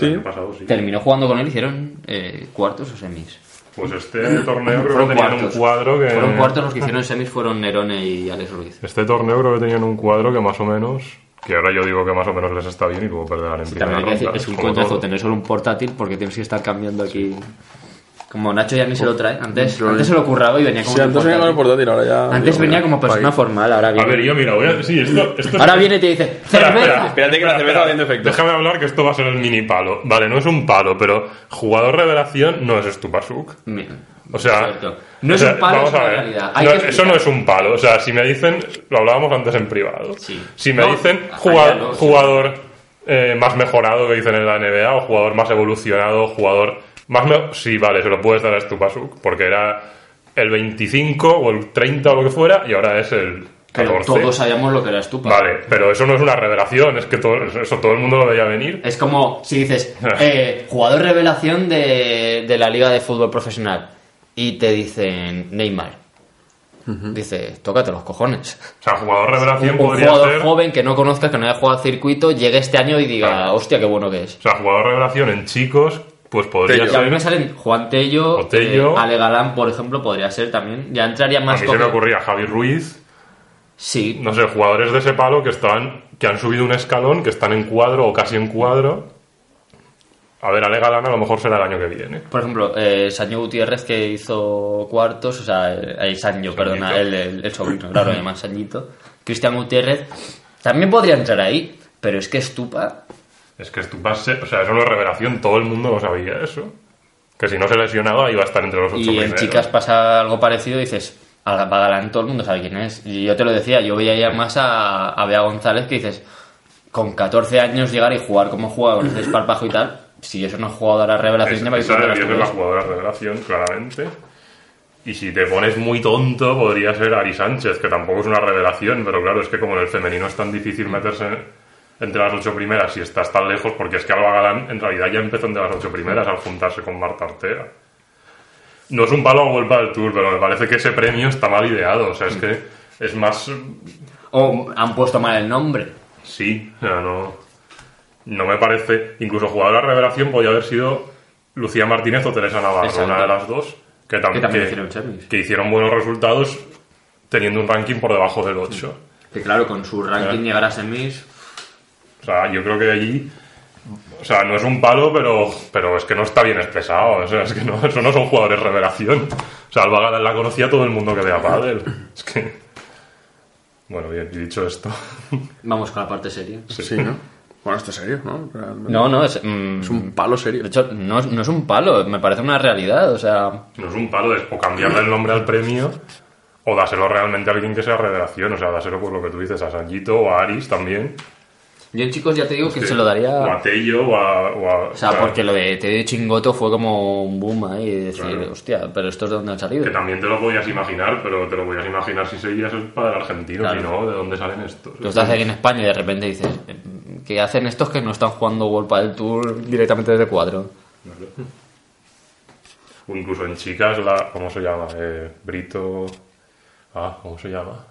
B: El año pasado, sí.
C: Terminó jugando con él, hicieron eh, cuartos o semis.
B: Pues este torneo creo
C: Fueron
B: que tenían un
C: cuartos.
B: cuadro que.
C: Fueron cuartos, los que hicieron semis fueron Nerone y Alex Ruiz.
B: Este torneo creo que tenían un cuadro que más o menos. Que ahora yo digo que más o menos les está bien y luego perderán en primera
C: También hay que decir,
B: ronda.
C: es un
B: como
C: coñazo
B: todo.
C: tener solo un portátil porque tienes que estar cambiando aquí. Como Nacho ya ni se lo trae. Antes,
A: Yo-
C: antes se lo curraba y venía como.
A: Sí,
C: un
A: antes venía con el
C: portátil.
A: portátil, ahora ya.
C: Antes
A: digo,
C: venía
A: mira,
C: como persona
A: pa' ahí.
C: formal, ahora
B: A
C: viene.
B: ver, yo mira, voy a. Sí, esto. esto
C: Ahora viene y te dice: ¡Cerveza!
A: Espérate que la cerveza va haciendo efecto.
B: Déjame hablar que esto va a ser el mini palo. Vale, no es un palo, pero jugador revelación no es Stupasuk.
C: Mira,
B: O sea,
C: Exacto. No
B: o
C: es
B: sea,
C: un palo,
B: vamos
C: es una
B: a ver.
C: realidad. Hay
B: No,
C: que
B: eso
C: explicar.
B: no es un palo. O sea, si me dicen, lo hablábamos antes en privado.
C: Sí.
B: Si me
C: No,
B: dicen
C: allá
B: jugador,
C: no, sí.
B: jugador eh, más mejorado que dicen en la NBA, o jugador más evolucionado, jugador más. me- Sí, vale, se lo puedes dar a Stupasuk, porque era el 25 o el 30 o lo que fuera, y ahora es el
C: Pero
B: 14.
C: todos sabíamos lo que eras tú. Pablo.
B: Vale, pero eso no es una revelación, es que todo, eso todo el mundo lo veía venir.
C: Es como si dices,
B: Ah.
C: eh, jugador revelación de, de la Liga de Fútbol Profesional y te dicen Neymar. Dices, tócate los cojones.
B: O sea, jugador
C: Un,
B: revelación
C: un
B: podría
C: jugador
B: ser.
C: joven que no conozcas, que no haya jugado al circuito, llegue este año y diga, hostia, qué bueno que es.
B: O sea, jugador revelación en chicos, pues podría
A: Tello.
C: Y a mí me
B: ser.
C: salen Juan Tello,
B: O Tello.
C: eh, Ale Galán, por ejemplo, podría ser también. Ya entraría
B: A
C: más
B: mí se me
C: como-
B: ocurría Javi Ruiz,
C: Sí,
B: no sé, jugadores de ese palo que están, que han subido un escalón, que están en cuadro o casi en cuadro. A ver, Ale Galán a lo mejor será el año que viene.
C: Por ejemplo, eh, Sancho Gutiérrez que hizo cuartos, o sea, el, el Sancho, perdona, el, el- el sobrino, claro, además Sanchito. Cristian Gutiérrez también podría entrar ahí, pero es que Estupa,
B: Es que tú vas a ser- o sea, es una revelación, todo el mundo lo sabía eso. Que si no se lesionaba iba a estar entre los ocho
C: y en
B: primeros.
C: chicas pasa algo parecido, dices, "Al- va Galán, todo el mundo sabe quién es. Y yo te lo decía, yo veía ya más a, a Bea González que dices, con 14 años llegar y jugar como juega con ese esparpajo y tal, si eso no es jugadora revelación,
B: Es-
C: ya me
B: esa
C: acuerdo de las
B: debería ser la
C: tuyas.
B: jugadora revelación, claramente. Y si te pones muy tonto, podría ser Ari Sánchez, que tampoco es una revelación, pero claro, es que como en el femenino es tan difícil
C: Mm.
B: meterse entre las ocho primeras si estás tan lejos, porque es que Alba Galán en realidad ya empezó entre las ocho primeras al juntarse con Marta Artea. No es un palo a vuelta del tour, pero me parece que ese premio está mal ideado. O sea,
C: Mm.
B: es que es más
C: O han puesto mal el nombre.
B: Sí, o sea, no, no me parece. Incluso jugadora revelación podía haber sido Lucía Martínez o Teresa Navarro,
C: Exacto.
B: una de las dos, que, tam-
C: Que también
B: que-
C: hicieron semis.
B: que hicieron buenos resultados teniendo un ranking por debajo del 8.
C: Que claro, con su ranking llegar a semis.
B: O sea, yo creo que allí. O sea, no es un palo, pero, pero es que no está bien expresado. O sea, es que no, eso no son jugadores revelación. O sea, Alba Galán la conocía todo el mundo que vea pádel. Es que. Bueno, bien, y dicho esto.
C: Vamos con la parte seria.
A: Sí, ¿no? Bueno, esto es serio, ¿no? Realmente.
C: No, no, es. mm,
A: Es un palo serio.
C: De hecho, no, es- no es un palo, me parece una realidad. O sea,
B: No es un palo, es o cambiarle el nombre al premio o dárselo realmente a alguien que sea revelación. O sea, dárselo por lo que tú dices a Sanjito o a Aris también.
C: yo, chicos, ya te digo que
B: Sí.
C: se lo
B: O
C: daría.
B: a Tello o a... O, a-
C: O sea,
B: o a-
C: porque lo de Teddy Chingoto fue como un boom ahí. de decir,
B: Claro.
C: hostia, pero esto es de dónde han salido.
B: Que también te lo podías imaginar, pero te lo podías imaginar si seguías el padre argentino,
C: Claro.
B: si no, ¿de dónde salen estos?
C: Los das aquí en España y de repente dices, "Mm, ¿qué hacen estos que no están jugando World del Tour directamente desde cuadro?
B: O incluso en chicas, la... ¿cómo se llama? Eh, Brito... Ah, ¿cómo se llama?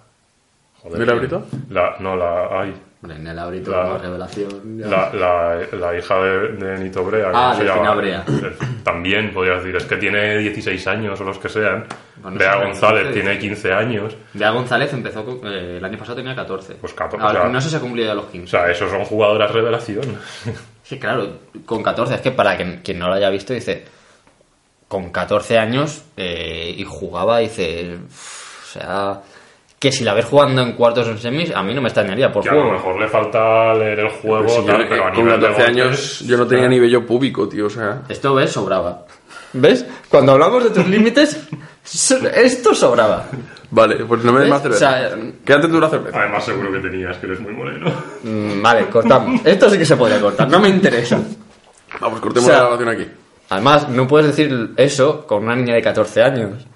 B: Joder.
A: ¿Mira, Brito?
B: La... No, la... Ay.
C: Hombre, en el abrito
B: Claro.
C: como revelación. ya.
B: La, la- la hija de, de Nito Brea.
C: Ah,
B: ¿cómo se
C: Delfina
B: llama? Eh,
C: Brea.
B: También podrías decir, es que tiene 16 años o los que sean.
C: Bueno,
B: Brea
C: sí,
B: González
C: sí.
B: tiene 15 años.
C: Bea González empezó con- eh, el año pasado tenía 14.
B: Pues 14,
C: Ahora,
B: o sea-
C: no sé si ha cumplido ya los 15.
B: O sea, esos son jugadoras revelación.
C: Sí, claro, con 14, es que para quien, quien no lo haya visto, dice, con 14 años eh, y jugaba, dice, "Uf, o sea, que si la ves jugando en cuartos o en semis, a mí no me extrañaría por
B: Que a lo
C: juego.
B: mejor le falta leer el juego,
A: Sí, yo,
B: tal,
A: eh,
B: pero a
A: con
B: nivel de
A: 14
B: golpes,
A: años yo no tenía ni vello público, tío, o sea.
C: Esto, ¿ves? Sobraba. ¿Ves? Cuando hablamos de tus límites, so- esto sobraba.
A: Vale, pues no me des más
C: ¿Ves?
A: cerveza.
C: O sea,
A: Quédate tú la cerveza.
B: Además, seguro que tenías, que eres muy moreno.
C: mm, vale, cortamos. Esto sí que se podía cortar, no me interesa.
A: Vamos, cortemos
C: o sea,
A: la grabación aquí.
C: Además, no puedes decir eso con una niña de 14 años.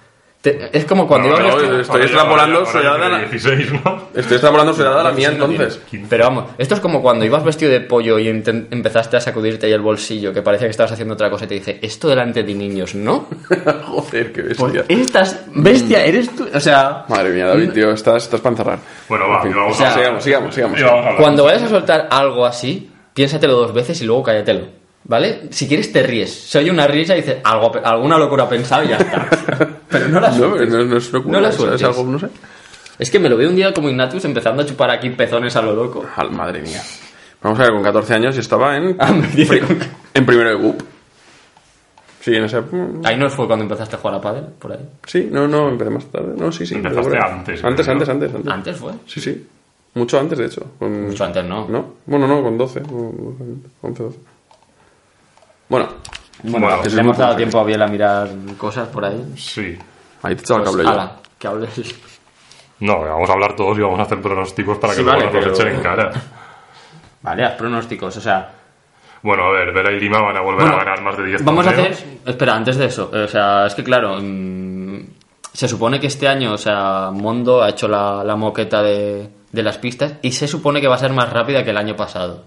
C: Te- Te- es como cuando
B: Bueno,
C: iba a-
A: no, estoy
B: ahora ya-
A: extrapolando
B: ahora ya
A: soledad
B: tiene
A: a la-
B: 16, ¿no?
A: Estoy extrapolando su edad a la mía entonces.
C: Pero vamos, esto es como cuando ibas vestido de pollo y enten- empezaste a sacudirte ahí el bolsillo, que parecía que estabas haciendo otra cosa y te dije, esto delante de niños, ¿no?
A: Joder, qué
C: Pues
B: eh,
A: bestia.
C: estas bestia eres tú, o sea,
A: Madre mía, David, tío, estás, estás para encerrar.
B: Bueno, va,
A: En fin,
B: y vamos
C: o sea,
B: a...
A: sigamos, sigamos, sigamos.
B: y vamos a hablar.
C: cuando vayas a soltar algo así, piénsatelo dos veces y luego cállatelo, ¿vale? Si quieres te ríes, se oye una risa y dices, algo, alguna locura he pensado y ya está. Pero no la
A: No,
C: sueltes.
A: no, no es locura,
C: No la
A: es-
C: sueltes.
A: es algo, no sé.
C: Es que me lo veo un día como Ignatus empezando a chupar aquí pezones a lo loco.
A: Al- madre mía. Vamos a ver, con 14 años yo estaba en.
C: Ah, me dice con-
A: en primero de GUP. Sí, en esa.
C: Ahí no fue cuando empezaste a jugar a pádel, por ahí.
A: Sí, no, no, empecé más tarde. No, sí, sí.
B: Empezaste
A: seguro.
B: antes,
A: Antes,
B: creo,
A: antes,
B: ¿no?
A: antes, antes.
C: Antes fue.
A: Sí, sí. Mucho antes, de hecho. Con-
C: Mucho antes no.
A: ¿No? Bueno, no, con 12. con 11, 12. Bueno,
B: Bueno,
C: le
A: Jesús,
C: hemos
A: muy
C: dado
A: fuerte.
C: tiempo a Biel a mirar cosas por ahí.
B: Sí.
A: ahí te echaba el
C: Pues,
A: cable yo.
C: ala, que hables.
B: No, vamos a hablar todos y vamos a hacer pronósticos para
C: Sí,
B: que luego
C: vale,
B: nos los
C: pero-
B: echen en cara.
C: Vale, haz pronósticos, o sea...
B: Bueno, a ver, Vera y Lima van a volver
C: bueno,
B: a ganar más de 10
C: Vamos a hacer...
B: torneos.
C: Espera, antes de eso. eh, O sea, es que claro... mm, se supone que este año, o sea, Mondo ha hecho la, la moqueta de, de las pistas y se supone que va a ser más rápida que el año pasado.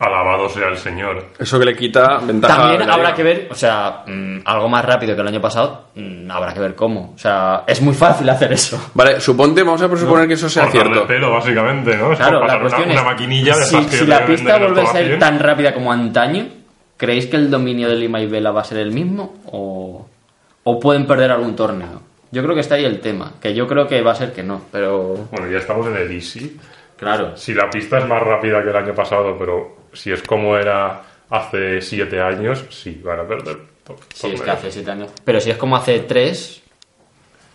B: Alabado sea el señor.
A: Eso que le quita ventaja.
C: También
A: a la
C: habrá
A: liga.
C: que ver, o sea, mm, algo más rápido que el año pasado, mm, habrá que ver cómo. O sea, es muy fácil hacer eso.
A: Vale, suponte, vamos a presuponer que eso sea
B: Cortarle el
A: cierto.
B: pelo, básicamente, ¿no? Es
C: Claro,
B: como pasar
C: la cuestión
B: una,
C: es...
B: una maquinilla de
C: si,
B: esas que
C: si la
B: te
C: pista
B: venden en
C: vuelve a ser
B: Autobahn.
C: tan rápida como antaño, ¿creéis que el dominio de Lima y Vela va a ser el mismo? ¿O, o pueden perder algún torneo? Yo creo que está ahí el tema, que yo creo que va a ser que no, pero...
B: Bueno, ya estamos en el easy.
C: Claro.
B: Si la pista es más rápida que el año pasado, pero si es como era hace 7 años, sí, van a perder. to-
C: Si es que
B: torneos.
C: hace siete años. Pero si es como hace tres...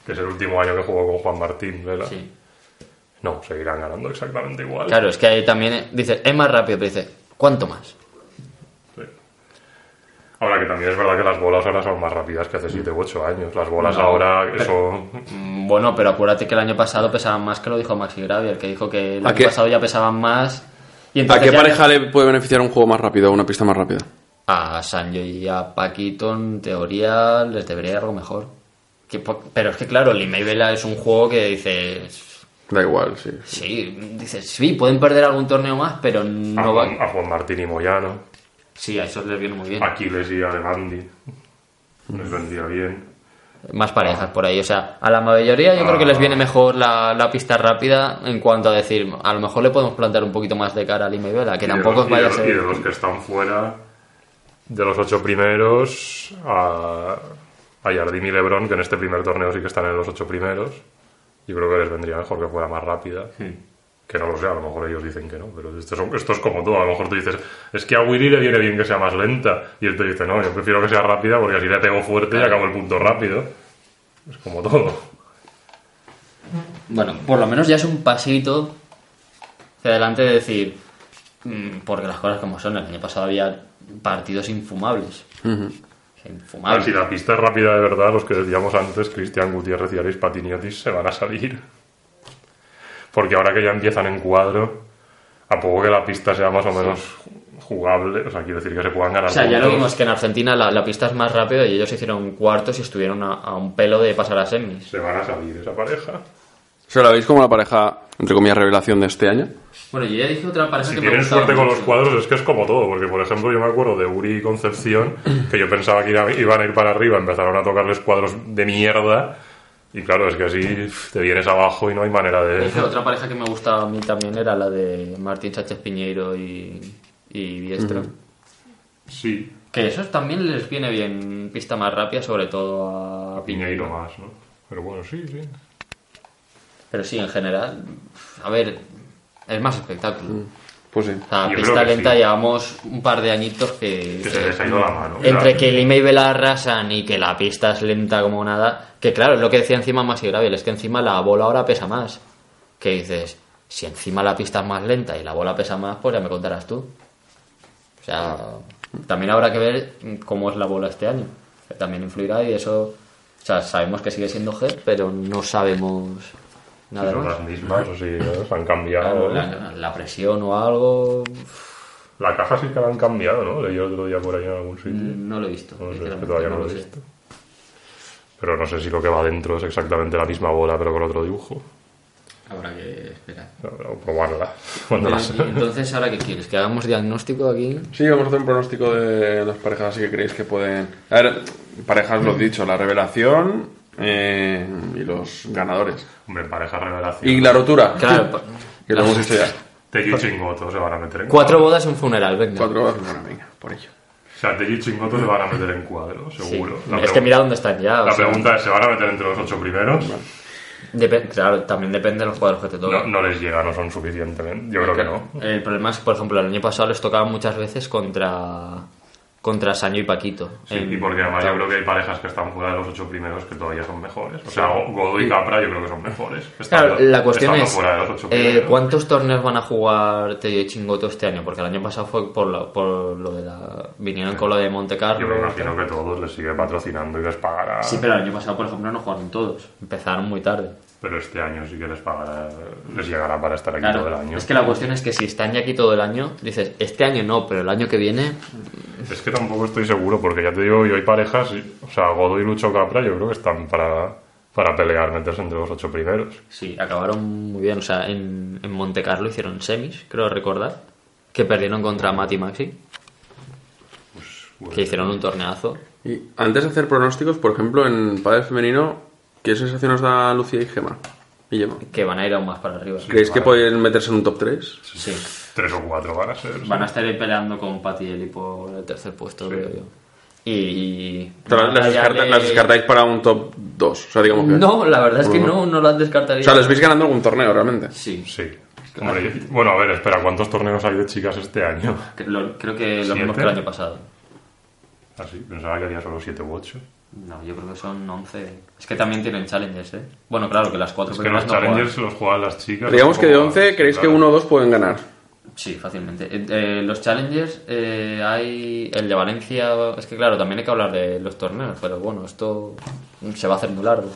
B: Que es el último año que jugó con Juan Martín, ¿verdad?
C: Sí.
B: No, seguirán ganando exactamente igual.
C: Claro, es que ahí también eh, dices, es más rápido, pero dices, ¿cuánto más?
B: Sí. Ahora que también es verdad que las bolas ahora son más rápidas que hace 7 u 8 años. Las bolas
C: No,
B: ahora, eso.
C: Mm, Bueno, pero acuérdate que el año pasado pesaban más que lo dijo Maxi Gravier, que dijo que el
A: ¿A
C: año
A: qué?
C: pasado ya pesaban más. Y
A: ¿A
C: entonces
A: qué
C: ya-
A: pareja le puede beneficiar un juego más rápido, una pista más rápida?
C: A Sancho y a Paquito, en teoría, les debería ir algo mejor. Que po- pero es que, claro, Lima y Vela es un juego que dices.
A: Da igual, sí.
C: Sí, dices, sí, pueden perder algún torneo más, pero
B: A,
C: no
B: Juan,
C: va.
B: a Juan Martín y Moyano,
C: Sí, a esos les viene muy bien.
B: Aquiles y Alemandi. Les vendría bien.
C: Más parejas por ahí. O sea, a la mayoría yo creo que les viene mejor la, la pista rápida en cuanto a decir, a lo mejor le podemos plantar un poquito más de cara a Lima y Vela, que
B: Y de
C: tampoco
B: los-
C: vaya a
B: y de, y de
C: ser.
B: los que están fuera, de los ocho primeros, a, a Jardim y Lebron, que en este primer torneo sí que están en los ocho primeros. Yo creo que les vendría mejor que fuera más rápida. Que no lo sé, a lo mejor ellos dicen que no, pero esto, son- esto es como tú, a lo mejor tú dices, es que a Willy le viene bien que sea más lenta, y él te dice, no, yo prefiero que sea rápida porque así le pego fuerte y acabo el punto rápido. Es como todo.
C: Bueno, por lo menos ya es un pasito hacia adelante de decir, mm, porque las cosas como son, el año pasado había partidos infumables.
B: A ver, si
C: Infumables.
B: Ah, la pista es rápida de verdad, los que decíamos antes, Cristian Gutiérrez y Aris Patiniotis, se van a salir. Porque ahora que ya empiezan en cuadro, a poco que la pista sea más o menos jugable, o sea, quiero decir que se puedan ganar.
C: O sea, ya lo
B: puntos.
C: vimos que en Argentina la, la pista es más rápida y ellos hicieron cuartos y estuvieron a, a un pelo de pasar a semis.
B: Se van a salir esa pareja.
A: ¿Se la veis como la pareja, entre comillas, revelación de este año?
C: Bueno, yo ya dije otra pareja
B: Si
C: que me
B: tienen
C: gustaba
B: suerte con los
C: mucho.
B: cuadros, es que es como todo. Porque, por ejemplo, yo me acuerdo de Uri y Concepción, que yo pensaba que iba- iban a ir para arriba, empezaron a tocarles cuadros de mierda. Y claro, es que así pf, te vienes abajo y no hay manera de.
C: Dije, otra pareja que me gustaba a mí también era la de Martín Sánchez Piñeiro y, y Diestro.
B: Sí,
C: Que esos también les viene bien pista más rápida, sobre todo a
B: Piñeiro más, ¿no? Pero bueno, sí, sí.
C: Pero sí, en general, a ver, es más espectáculo.
A: Pues sí.
C: O sea,
B: Yo
C: pista
B: creo que
C: lenta
B: sí.
C: llevamos un par de añitos que...
B: Que se les ha ido la mano.
C: Entre
B: Claro.
C: que Lima y Vela arrasan y que la pista es lenta como nada, que claro, es lo que decía encima más grave, es que encima la bola ahora pesa más. Que dices, si encima la pista es más lenta y la bola pesa más, pues ya me contarás tú. O sea, también habrá que ver cómo es la bola este año. que También influirá y eso, o sea, sabemos que sigue siendo G, pero no sabemos nada
B: son
C: más.
B: las mismas, o sí, ¿no? se han
C: Claro,
B: cambiado.
C: la, la presión o algo,
B: La caja sí que la han
C: Mm.
B: cambiado, ¿no? Leí el otro día por ahí en algún sitio.
C: no lo he visto.
B: No sé, Pues es que
C: sinceramente,
B: todavía
C: no
B: no lo
C: lo
B: he
C: sé.
B: visto. Pero no sé si lo que va dentro es exactamente la misma bola, pero con otro dibujo.
C: Habrá que esperar.
B: O probarla. Cuando
C: Pero,
B: las-
C: y Entonces, ¿ahora qué quieres? ¿Que hagamos diagnóstico aquí?
A: Sí, vamos a hacer un pronóstico de las parejas así que creéis que pueden. A ver, parejas lo he dicho, la revelación eh, y los ganadores.
B: Hombre, pareja revelación.
A: Y la rotura.
C: Claro, pa-
A: Que lo hemos hecho ya.
B: Teyu y Chingoto se van a meter en
C: cuatro bodas y un funeral, venga.
A: Cuatro horas, bueno, venga, por ello.
B: O sea, Teyu y Chingoto se van a meter en cuadro,
C: Sí.
B: seguro. La
C: Es
B: pregu-
C: que mira dónde están ya. o
B: La
C: sea,
B: pregunta es, ¿se van a meter entre los ocho primeros?
C: depe- claro, también depende de los jugadores que te
B: No,
C: toquen.
B: no les llega, no son suficientemente. Yo creo que no.
C: El problema es que, por ejemplo, el año pasado les tocaba muchas veces contra contra Sanyo y Paquito.
B: Sí,
C: En-
B: y porque además yo creo que hay parejas que están fuera de los ocho primeros que todavía son mejores. O sea, Godoy y Capra yo creo que son mejores.
C: Claro,
B: Estando-
C: la cuestión
B: estando
C: es
B: fuera de los ocho
C: eh,
B: primeros.
C: cuántos torneos van a jugar Tello y Chingoto este año, porque el año pasado fue por, la- por lo de la vinieron con lo de Monte
B: Yo me
C: Carlo,
B: imagino que todos les sigue patrocinando y les pagará.
D: Sí, pero el año pasado, por ejemplo, no jugaron todos.
C: empezaron muy tarde.
B: Pero este año sí que les pagará, les llegará para estar aquí todo el
C: Claro,
B: año.
C: es que la cuestión es que si están ya aquí todo el año, dices, este año no, pero el año que viene,
B: Es que tampoco estoy seguro, porque ya te digo, yo hay parejas, y- o sea, Godoy y Lucho Capra yo creo que están para, para pelear, meterse entre los ocho primeros.
C: sí, acabaron muy bien. O sea, en, en Monte Carlo hicieron semis, creo recordar, que perdieron contra Mati Maxi,
B: Pues,
C: que hicieron un torneazo.
A: Y antes de hacer pronósticos, por ejemplo, en padre femenino, ¿qué sensación os da Lucía y Gema? Y Gemma.
C: Que van a ir aún más para arriba.
A: ¿Creéis que pueden meterse en un top 3?
C: Sí.
B: Tres o cuatro van a ser.
D: Van a estar ahí peleando con
C: Con Pati Eli por el tercer puesto, creo yo. Y.
A: Las,
C: Natalia
A: descarta-
C: le-
A: las descartáis para un top 2, o sea, digamos que...
C: No, la verdad es que no, no las descartaría.
A: O sea, les veis ganando algún torneo, realmente.
D: Sí.
B: Sí. Hombre, y- bueno, a ver, espera, ¿cuántos torneos hay de chicas este año?
D: Que lo- creo
C: Creo que lo
B: ¿Siete?
C: mismo que el año pasado.
B: Así, Ah, pensaba que había solo siete u ocho.
C: No, yo creo que son 11. Es que también tienen challengers, ¿eh? Bueno, claro, que las cuatro
B: Es que
C: primeras
B: los
C: no juegan.
B: challengers se los juegan las chicas.
A: Digamos
B: los
A: que de
B: juegan-
A: 11 creéis que
B: claro.
A: uno o dos pueden ganar.
C: Sí, fácilmente. Eh, eh, los challengers, eh, hay el de Valencia. Es que claro, también hay que hablar de los torneos, pero bueno, esto se va a hacer muy largo.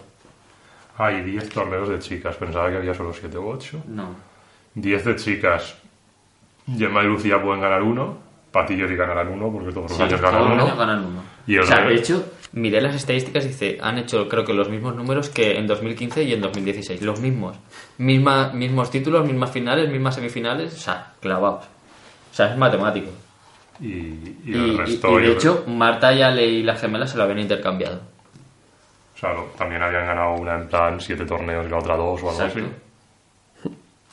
B: Hay 10 Ah, torneos de chicas, pensaba que había solo 7 u 8.
D: No.
B: 10 de chicas. Gemma y Lucía pueden ganar uno. Patillos y ganarán uno, porque todos los años ganan
D: Todos los
B: uno.
D: años ganan uno.
B: Y el
C: o sea,
B: revés.
C: de hecho, miré las estadísticas y dice, han hecho creo que los mismos números que en 2015 y en 2016. Los mismos. Misma, mismos títulos, mismas finales, mismas semifinales. O sea, clavados. O sea, es matemático.
B: Y, y
C: Y,
B: el
C: y-
B: resto.
C: y
B: yo
C: de
B: creo-
C: hecho, Marta y Ale y las gemelas se lo habían intercambiado.
B: O sea, lo- también habían ganado una en plan 7 torneos y la otra 2 o algo
C: Exacto.
B: así.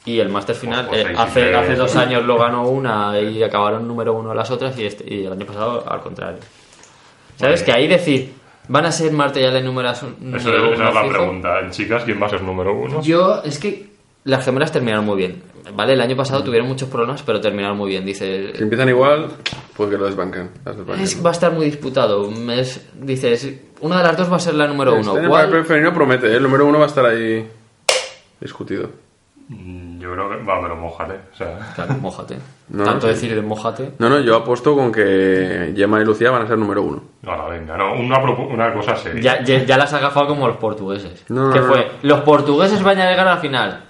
C: Y el máster final,
B: Ojo,
C: eh,
B: seis y
C: hace,
B: tres.
C: hace dos años lo ganó una y acabaron número uno las otras y, este- y el año pasado al contrario. ¿Sabes?
B: Vale.
C: Que ahí decir, ¿van a ser Marte y Ale números número
B: Eso es, esa
C: uno
B: es la
C: fijo?
B: pregunta. En chicas, ¿quién va a ser número uno?
C: Yo, es que las gemelas terminaron muy bien. ¿Vale? El año pasado
B: Mm.
C: tuvieron muchos problemas, pero terminaron muy bien.
A: Si
C: Dice,
A: empiezan igual, pues que lo desbanquen. Las desbanquen.
C: es, va a estar muy disputado. Es, dices, una de las dos va a ser la número uno.
A: Este en el
C: ¿Cuál?
A: papel femenino promete, ¿eh? el número uno va a estar ahí discutido.
B: Mm, Yo creo que. Va, pero mojate. O sea,
C: Claro, mójate.
A: No,
C: Tanto
A: sí.
C: decir de mójate.
A: No, no, yo apuesto con que Gemma y Lucía van a ser número uno.
B: ahora venga, no. Una, propu- una cosa seria.
C: Ya, ya, ya las ha agafado como los portugueses.
A: No,
C: que
A: no,
C: fue,
A: no.
C: los portugueses van a llegar a la final.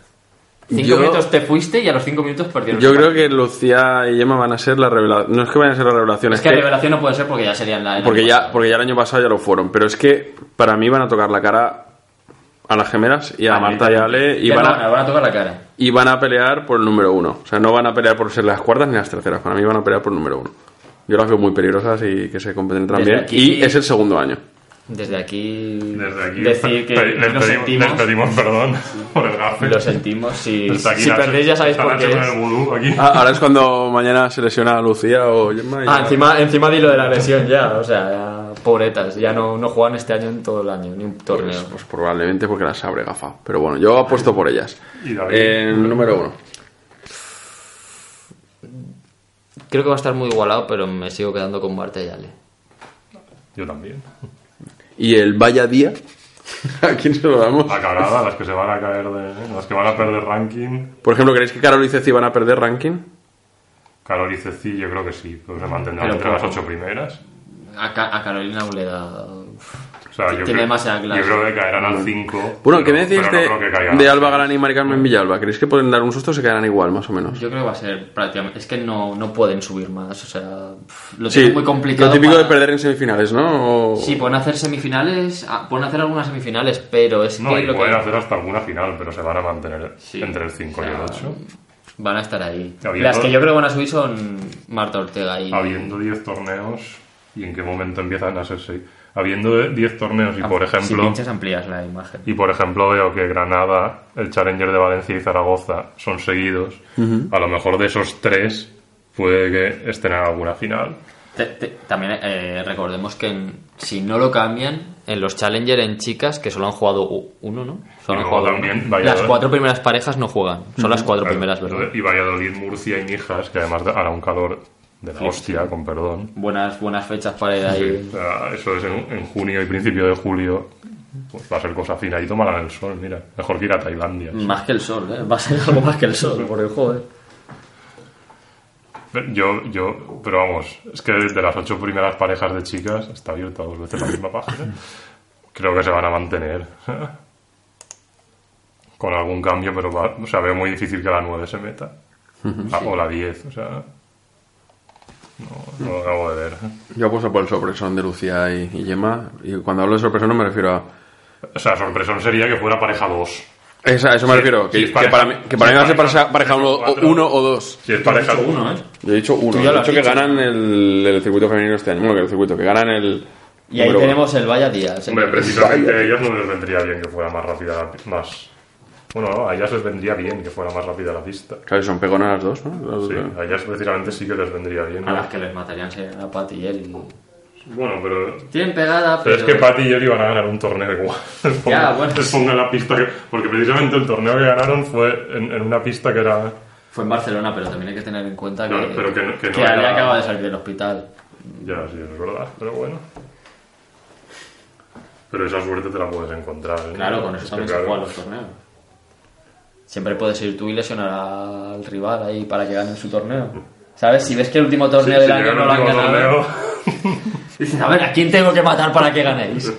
C: Cinco
A: Yo-
C: minutos te fuiste y a los cinco minutos perdieron.
A: Yo
C: el
A: creo que Lucía y Gemma van a ser la revelación. No es que vayan a ser la revelación,
C: partido. Es que revelación no puede ser porque ya serían la...
A: porque ya, porque ya el año pasado ya lo fueron. Pero es que para mí van a tocar la cara a las gemelas y a
B: A mí
A: Marta y a Ale y
C: Ya
A: van
C: no,
A: a,
C: me van a tocar la cara.
A: y van a pelear por el número uno. O sea, no van a pelear por ser las cuartas ni las terceras. Para mí van a pelear por el número uno. Yo las veo muy peligrosas y que se compenetran
C: Desde
A: bien.
C: aquí-
A: Y es el segundo año.
C: Desde aquí...
B: Desde aquí.
C: Decir que
B: pe- les,
C: lo
B: pedimos,
C: sentimos.
B: les pedimos perdón por el gafe.
C: Lo sentimos. Si,
B: Está aquí
C: si
B: Nacho-
C: perdéis ya sabéis
B: está
C: por
B: Nacho
C: qué
B: con
C: es.
B: el vudú aquí.
A: Ah, ahora es cuando mañana se lesiona a Lucía o Gemma. y
C: Ah,
A: ya-
C: encima, encima di lo de la lesión ya. O sea, ya, pobretas. Ya no, no juegan este año en todo el año. Ni un torneo.
A: Pues, pues probablemente porque las habré gafado. Pero bueno, yo apuesto por ellas.
B: Y David.
A: En número uno.
C: Pues, Creo que va a estar muy igualado, pero me sigo quedando con Marta y Ale.
B: Yo también.
A: Y el Vaya Día. ¿A quién se lo damos?
B: La cagada, las que se van a caer de. Las que van a perder ranking.
A: Por ejemplo, ¿creéis que Carol y Ceci van a perder ranking?
B: Calor y Ceci, yo creo que sí, pero pues se mantendrán
C: Pero
B: entre las
C: poco.
B: ocho primeras.
C: A, Ca- a Carolina aún le da
B: O sea, yo,
D: Tiene demasiada clase.
B: yo creo que caerán al 5.
A: Bueno, ¿qué me decís de, de Alba
B: Galán
A: Galán y Mari Carmen Villalba? ¿Creéis que pueden dar un susto o se quedarán igual, más o menos?
C: Yo creo que va a ser prácticamente. Es que no, no pueden subir más, o sea. pff, Lo
A: Sí,
C: tienen muy complicado.
A: lo típico
C: para-
A: de perder en semifinales, ¿no? O-
C: Sí, pueden hacer semifinales, ah, pueden hacer algunas semifinales, pero es
B: No,
C: que
B: y
C: lo
B: pueden
C: que
B: hacer hasta alguna final, pero se van a mantener
C: Sí.
B: entre el 5 y el
C: O sea,
B: 8.
C: van a estar ahí.
B: Habiendo-
C: Las que yo creo que van a subir son Marta Ortega y
B: Habiendo 10 torneos, ¿y en qué momento empiezan a ser 6? Habiendo 10 torneos y,
C: Ah,
B: por
C: Si
B: ejemplo,
C: pinchas amplías la imagen.
B: y por ejemplo veo que Granada, el Challenger de Valencia y Zaragoza son seguidos, a lo mejor de esos tres puede que estén en alguna final.
C: Te- te- también eh, recordemos que en- si no lo cambian, en los Challenger en chicas, que solo han jugado u- uno, ¿no? Solo
B: Y
C: han
B: luego
C: jugado
B: también
C: uno.
B: Valladolid.
C: Las cuatro primeras parejas no juegan, son las cuatro primeras,
B: Claro,
C: ¿verdad?
B: Y Valladolid, Murcia y Mijas, que además hará un calor de la hostia, con perdón.
C: Buenas, buenas fechas para ir
B: O
C: ahí.
B: sea, eso es en, en junio y principio de julio. Pues va a ser cosa fina. Y tomarán el sol, mira. Mejor que ir a Tailandia.
C: Más que el sol, ¿eh? Va a ser algo más que el sol, por el juego, ¿eh?
B: Pero Yo, yo, pero vamos, es que de las ocho primeras parejas de chicas está abierta dos veces la misma página. Creo que se van a mantener. Con algún cambio, pero va- o sea, veo muy difícil que la 9 se meta. Ah, O la 10, o sea. No, no lo acabo de ver.
A: Yo apuesto por el sorpresón de Lucía y, y Gemma. Y cuando hablo de sorpresón no me refiero a...
B: O sea, sorpresón sería que fuera pareja 2.
A: Esa- a eso me
B: Sí,
A: refiero.
B: sí,
A: Que,
B: es
A: que
B: pareja.
A: para mí, que para
B: Sí,
A: mí va a ser
B: pareja.
A: pareja, pareja uno, o,
B: Cuatro.
A: uno o dos.
B: Si es pareja 1,
C: ¿eh?
A: Yo he dicho uno. Yo
C: ya lo
A: he
C: has
A: dicho que
C: dicho.
A: ganan el, el circuito femenino este año. Bueno, que el circuito, que ganan el...
C: Y ahí
A: número uno.
C: tenemos el Vaya Díaz. ¿eh?
B: Hombre, precisamente a ellas no les vendría bien que fuera más rápida la pi- más Bueno, no, a ellas les vendría bien que fuera más rápida la pista.
A: Claro, y son pegonas las dos, ¿no? Las dos,
B: Sí,
A: ¿no?
B: a ellas precisamente sí que les vendría bien.
C: A
B: ¿no?
C: las que les matarían serían a Pat y él.
B: Bueno, pero...
C: Tienen pegada,
B: Pero
C: pero.
B: es que Patty y Jerry van a ganar un torneo igual. Les pongo-
C: Ah, Ya, bueno.
B: Les pongo en la pista que... Porque precisamente el torneo que ganaron fue en, en una pista que era...
C: Fue en Barcelona, pero también hay que tener en cuenta que,
B: No, pero que no- que no
C: que había
B: era-
C: acabado de salir del hospital.
B: Ya, sí, es verdad, pero bueno. Pero esa suerte te la puedes encontrar. ¿eh?
C: Claro, con
B: Es
C: eso
B: que
C: también se
B: claro,
C: juegan los torneos. Siempre puedes ir tú y lesionar al rival ahí para que gane su torneo. ¿Sabes? Si ves que el último
B: sí,
C: torneo
B: si
C: del año
B: llegan
C: no lo
B: al
C: han
B: último
C: ganado,
B: torneo-
C: dices, a ver, ¿a quién tengo que matar para que ganéis?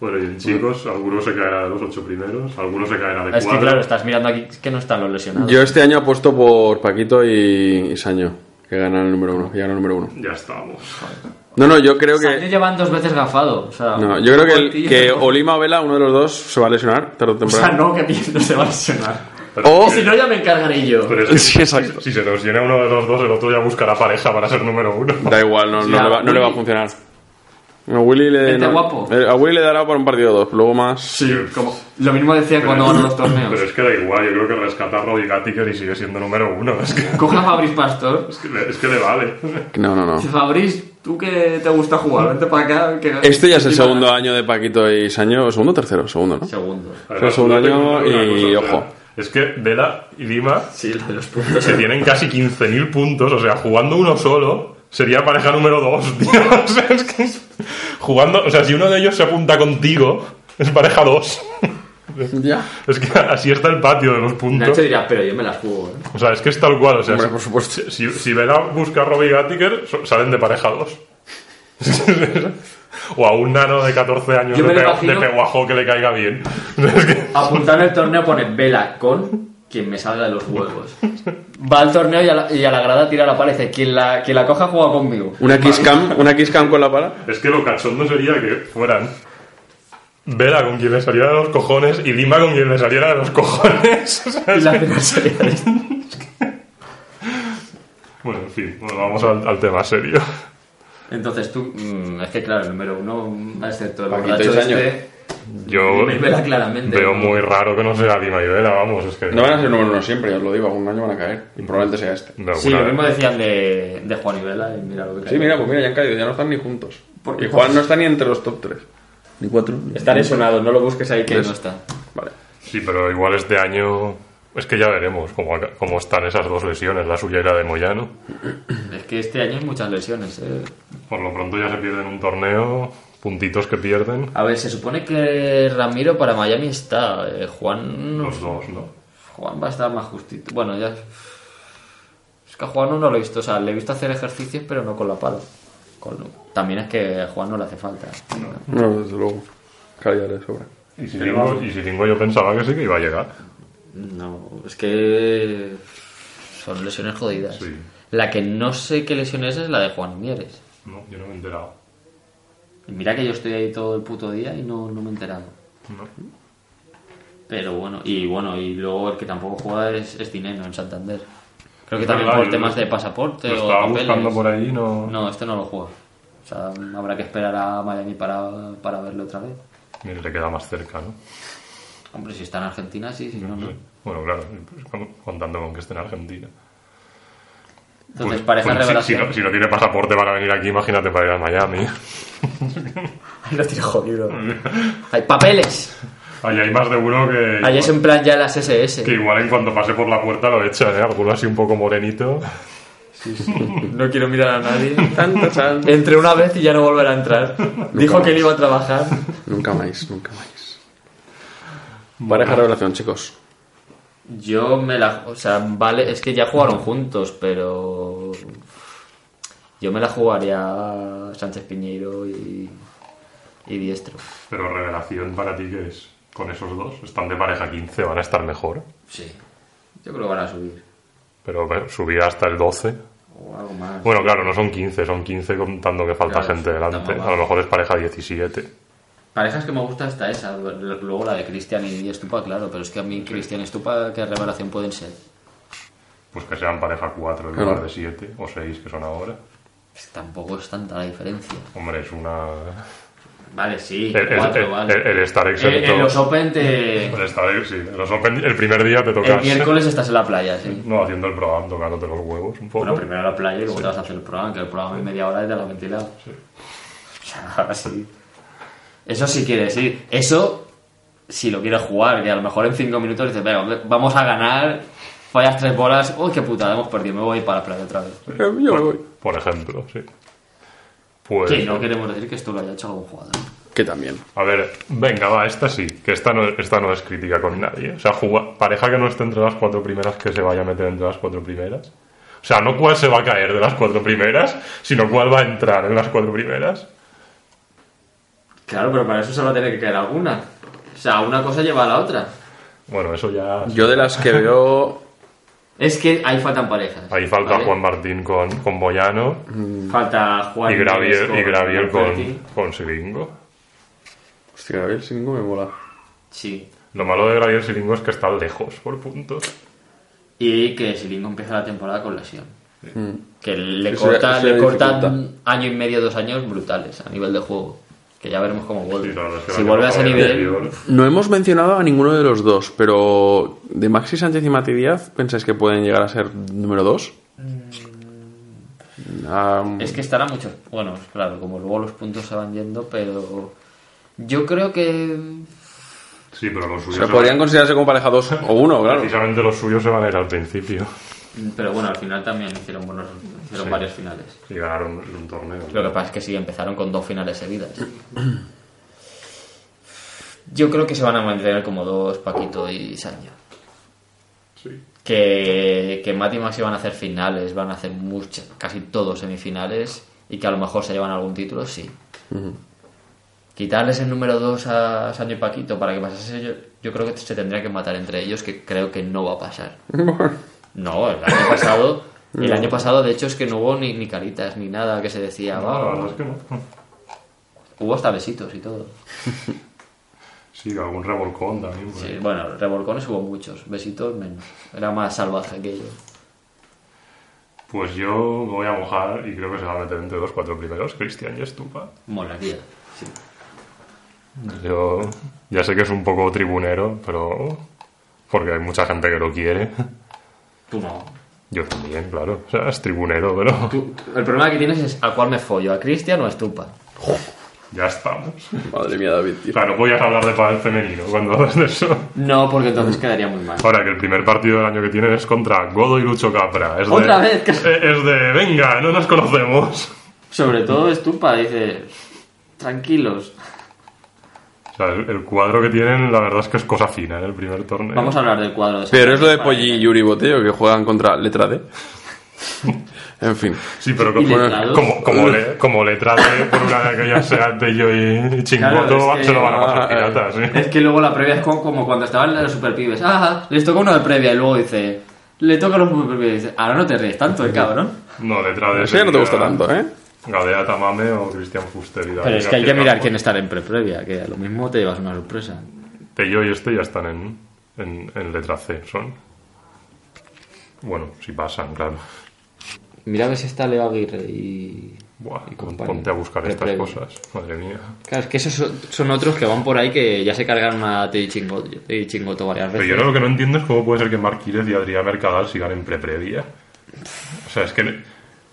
B: Bueno, y en chicos, algunos se caerá de los ocho primeros, algunos se caerá de
C: es que
B: cuatro.
C: claro, estás mirando aquí es que no están los lesionados.
A: Yo este año apuesto por Paquito y, y Saño, que ganan el número uno. Que ganan el número uno.
B: Ya estamos.
A: No, no, yo creo
C: Sancho
A: que...
C: llevan dos veces gafado. O sea,
A: No, yo creo que, el-
D: Tío.
A: que o Lima o Vela, uno de los dos, se va a lesionar tarde o
D: O sea,
A: temprano.
D: no, que bien, no se va a lesionar.
B: Pero-
A: O-
D: Si no, ya me encargaré yo.
B: pero es que
A: Sí, exacto.
B: Si se nos llena uno de los dos, el otro ya buscará pareja para ser número uno.
A: Da igual, no, no
D: a
A: le va, no le va a
D: Willy-
A: funcionar. A Willy le,
D: Vente
A: no-
D: guapo.
A: eh, a Willy le dará por un partido o dos, luego más.
D: Sí, como, lo mismo decía cuando ganó los
B: Pero
D: torneos.
B: es que da igual, yo creo que rescata a Roddy Gattiker y sigue siendo número uno. Es que,
D: Coge a Fabriz Pastor.
B: es que, le, es que le vale.
A: No, no, no.
D: Dice, Fabriz, tú que te gusta jugar, vente para acá. Que...
A: Este ya es el segundo año de Paquito y Saño, o segundo o tercero, segundo, ¿no?
C: Segundo.
A: Fue segundo
B: Una
A: año y,
B: o sea,
A: ojo.
B: Es que Vela y Lima
D: Sí, lo de los puntos.
B: se tienen casi 15.000 puntos, o sea, jugando uno solo sería pareja número 2, tío. O sea, es que es- jugando, o sea, si uno de ellos se apunta contigo, es pareja 2.
A: Ya.
B: Es que así está el patio de los puntos.
D: Nacho dirá, pero yo me las juego, ¿eh?
B: O sea, es que es tal cual, o sea,
A: Hombre,
B: si-
A: Pues, por supuesto.
B: si, si Vela busca a Robbie Gattiker, so- salen de pareja 2. o a un nano de 14 años de,
D: Yo me lo
B: pegua-
D: imagino-
B: de peguajo que le caiga bien. Es que-
C: Apuntado en el torneo pone vela con quien me salga de los huevos. Va al torneo y a la, y a la grada tira la pared. dice, Quien la, quien la coja juega conmigo.
A: Una kiss cam, una kiss cam con la pala.
B: Es que lo cachondo sería que fueran Vera con quien le saliera de los cojones y Lima con quien le saliera de los cojones. O sea,
C: Y
B: es
C: la
B: que-
C: final sería esta.
B: Bueno, en fin, bueno, vamos al, al tema serio.
C: Entonces tú, mm, es que claro, el número uno, mm, excepto el
A: Paquito
C: borracho
A: y Saño.
C: este,
B: Yo
C: me vela claramente.
B: veo muy raro que no sea Lima y Vera, vamos, es que...
A: No van a ser número uno siempre, os lo digo, algún año van a caer. Y probablemente sea este.
B: de alguna-
C: Sí, lo mismo decían de, de Juan y Vela y mira lo que
A: Sí, mira, pues mira, ya han caído, ya no están ni juntos.
C: ¿Por qué?
A: Y Juan no está ni entre los top 3. Ni 4.
C: Está lesionado, no lo busques ahí que
B: Pues
C: no está.
A: Vale.
B: Sí, pero igual este año... Es que ya veremos cómo, aca- cómo están esas dos lesiones, la suya y la de Moyano.
C: Es que este año hay muchas lesiones. eh.
B: Por lo pronto ya se pierden un torneo, puntitos que pierden.
C: A ver, se supone que Ramiro para Miami está. eh, Juan no
B: Los dos, ¿no?
C: Juan va a estar más justito. Bueno, ya. Es que a Juan no lo he visto. O sea, le he visto hacer ejercicios, pero no con la pala. Con... También es que Juan no le hace falta.
A: No, desde luego. Calidad le sobra.
B: Y si, tengo, yo pensaba que sí que iba a llegar.
C: No, es que son lesiones jodidas.
B: Sí.
C: La que no sé qué lesión es es la de Juan Mieres.
B: No, yo no me he enterado.
C: Y Mira que yo estoy ahí todo el puto día y no, no me he enterado.
B: No.
C: Pero bueno, y bueno, y luego el que tampoco juega es, es Dineno en Santander. Creo que
B: Es
C: también
B: verdad,
C: por
B: yo
C: temas
B: lo-
C: de pasaporte
B: Lo
C: o
B: estaba
C: papeles.
B: buscando por ahí, no...
C: No, este no lo juega. O sea, habrá que esperar a Miami para, para verlo otra vez.
B: Mira, le queda más cerca, ¿no?
C: Hombre, si está en Argentina, sí, si no, no.
B: Sí. Bueno, claro, pues, con- contando con que esté en Argentina.
C: Entonces,
B: Pues-
C: para esa
B: pues, si- si,
C: revelación...
B: no, si no tiene pasaporte para venir aquí, imagínate para ir a Miami.
C: Lo tiene jodido. ¡Hay papeles!
B: Ahí hay más de uno que...
C: Ahí es en plan ya las SS.
B: Que igual en cuanto pase por la puerta lo echan, ¿eh? Alguno así un poco morenito.
D: No quiero mirar a nadie.
A: Tanto sal.
C: Entré una vez y ya no volverá a entrar. Dijo que él iba a trabajar.
A: Nunca más, nunca más. Pareja revelación, chicos.
C: Yo me la... O sea, vale, es que ya jugaron juntos, pero... Yo me la jugaría a Sánchez Piñeiro y... Y Diestro.
B: Pero revelación para ti que es con esos dos. Están de pareja 15, van a estar mejor.
C: Sí. Yo creo que van a subir.
B: Pero bueno, subir hasta el 12.
C: O algo más.
B: Bueno, claro, no son 15, son 15 contando que falta
C: Claro,
B: gente
C: sí,
B: delante.
C: estamos
B: A lo mejor es pareja 17.
C: Parejas que me gusta está esa. Luego la de Cristian y Estupa, claro. Pero es que a mí Cristian y Estupa, ¿qué revelación pueden ser?
B: Pues que sean pareja 4 en
A: Claro.
B: lugar de 7 o 6 que son ahora.
C: Es que Pues tampoco es tanta la diferencia.
B: Hombre, es una...
C: Vale, sí,
B: El, el-
C: cuatro,
B: el-
C: vale. Eh,
B: el- el estar
C: En-
B: exento...
C: en los Open te-
B: el estar- sí, en los Open el primer día te
C: El
B: tocas...
C: miércoles estás en la playa, sí.
B: No, haciendo el programa, tocándote los huevos un poco.
C: Bueno, primero la playa y luego te vas a hacer el programa, que el programa es media hora y te lo has ventilado. O sea, sí. Eso sí quiere decir. Eso, si lo quieres jugar, que a lo mejor en cinco minutos dices, venga, hombre, vamos a ganar, fallas tres bolas, uy, qué putada, hemos perdido, me voy para la playa otra vez.
A: Eh, Yo me voy.
B: Por ejemplo, sí. Pues...
C: Que no queremos decir que esto lo haya hecho algún jugador.
A: Que también.
B: A ver, venga, va, esta sí, que esta no, esta no es crítica con nadie. O sea, juga- pareja que no esté entre las cuatro primeras, que se vaya a meter entre las cuatro primeras. O sea, no cuál se va a caer de las cuatro primeras, sino cuál va a entrar en las cuatro primeras.
C: Claro, pero para eso se va a tener que caer alguna. O sea, una cosa lleva a la otra.
B: Bueno, eso ya...
A: Yo de las que veo.
C: Es que ahí faltan parejas.
B: Ahí falta
C: ¿vale?
B: Juan Martín con, con Boyano
C: Falta Juan
B: y Graviel,
C: con-
B: y Graviel
C: Ferti.
B: con, con Siringo.
A: Hostia, Gabriel Singo me mola.
C: Sí.
B: Lo malo de Graviel Siringo es que está lejos por puntos.
C: Y que Silingo empieza la temporada con lesión. Que le,
A: Hmm. Eso ya-
C: corta,
A: eso
C: le
A: ya
C: cortan año y medio, dos años brutales a nivel de juego. Que ya veremos cómo vuelve.
B: Sí, la verdad es que
C: si
B: la
C: vuelve a ese
B: temporada
C: nivel,
B: anterior-
A: No hemos mencionado a ninguno de los dos, pero de Maxi Sánchez y Mati Díaz, ¿pensáis que pueden llegar a ser número dos? Ah,
C: es que estará mucho. Bueno, claro, como luego los puntos se van yendo, pero yo creo que.
B: Sí, pero los
A: o
B: suyos...
A: sea,
B: se
A: podrían
B: van-
A: considerarse como pareja dos o uno, claro.
B: Precisamente los suyos se van a ir al principio.
C: Pero bueno, al final también hicieron, buenos, hicieron
B: Sí.
C: varios finales.
B: Y ganaron un torneo.
C: Lo que pasa es que sí, empezaron con dos finales seguidas. Yo creo que se van a mantener como dos, Paquito y Sancho.
B: Sí.
C: que, que Mati y Maxi van a hacer finales, van a hacer muchas, casi todos semifinales y que a lo mejor se llevan algún título, sí. Quitarles el número 2 a Sancho y Paquito para que pasase yo, yo creo que se tendría que matar entre ellos, que creo que no va a pasar. No, el año pasado, el año pasado de hecho es que no hubo ni, ni caritas ni nada que se decía,
B: No, la
C: "Va,
B: verdad es que no.
C: hubo hasta besitos y todo.
B: Sí, algún revolcón también. pues. por
C: Sí,
B: ahí.
C: bueno, revolcones hubo muchos, besitos menos. Era más salvaje que yo.
B: Pues yo me voy a mojar y creo que se va a meter entre los cuatro primeros, Cristian y Estupa.
C: Molaría. Sí.
B: Yo ya sé que es un poco tribunero, pero... Porque hay mucha gente que lo quiere.
C: Tú no.
B: Yo también, claro. O sea, es tribunero, pero...
C: Tú- El problema que tienes es a cuál me follo, a Cristian o a Estupa.
B: Ya estamos.
A: Madre mía, David,
B: O
A: tío.
B: sea, no podías hablar de pádel femenino cuando hablas de eso.
C: No, porque entonces quedaría muy mal.
B: Ahora que el primer partido del año que tienen es contra Godo y Lucho Capra. Es de-
C: Otra vez, que-
B: eh, Es de, venga, no nos conocemos.
C: Sobre todo Estupa dice, tranquilos,
B: O sea, el, el cuadro que tienen, la verdad es que es cosa fina en el primer torneo.
C: vamos a hablar del cuadro de
A: Pero es lo de
C: Santander.
A: Polly y Yuri Botello que juegan contra letra D. En fin.
B: Sí, pero
D: Y
B: como,
D: letrados.
B: como, como, le- como letra de por una que ya sea de yo y Chingoto,
D: Claro, es que-
B: se lo van a pasar
A: ah,
B: piratas, ¿eh?
D: Es que luego la previa es como, como cuando estaban los superpibes. Ah, les toca una de previa y luego dice, le toca a los superpibes. Dice, ahora no te ríes tanto, el cabrón.
B: No, letra de...
A: Eso ya no te gusta
B: sería
A: tanto, ¿eh?
B: Gadea Tamame o Cristian Fuster. y
C: Pero
B: David
C: es que hay que
B: García
C: mirar
B: Campos.
C: quién está en pre-previa, que a lo mismo te llevas una sorpresa.
B: Tello y este ya están en, en, en letra C, son. Bueno, si pasan, claro.
C: Mira a ver si está Leo Aguirre y...
B: Buah,
C: y
B: pon-
C: compañía.
B: ponte a buscar estas
C: Pre-previa.
B: cosas. Madre mía.
C: Claro, es que esos son, son otros que van por ahí que ya se cargan a Teddy Chingoto, Teddy Chingoto varias
B: Pero
C: veces.
B: yo lo que no entiendo es cómo puede ser que Marquírez y Adrián Mercadal sigan en pre-previa. O sea, es que...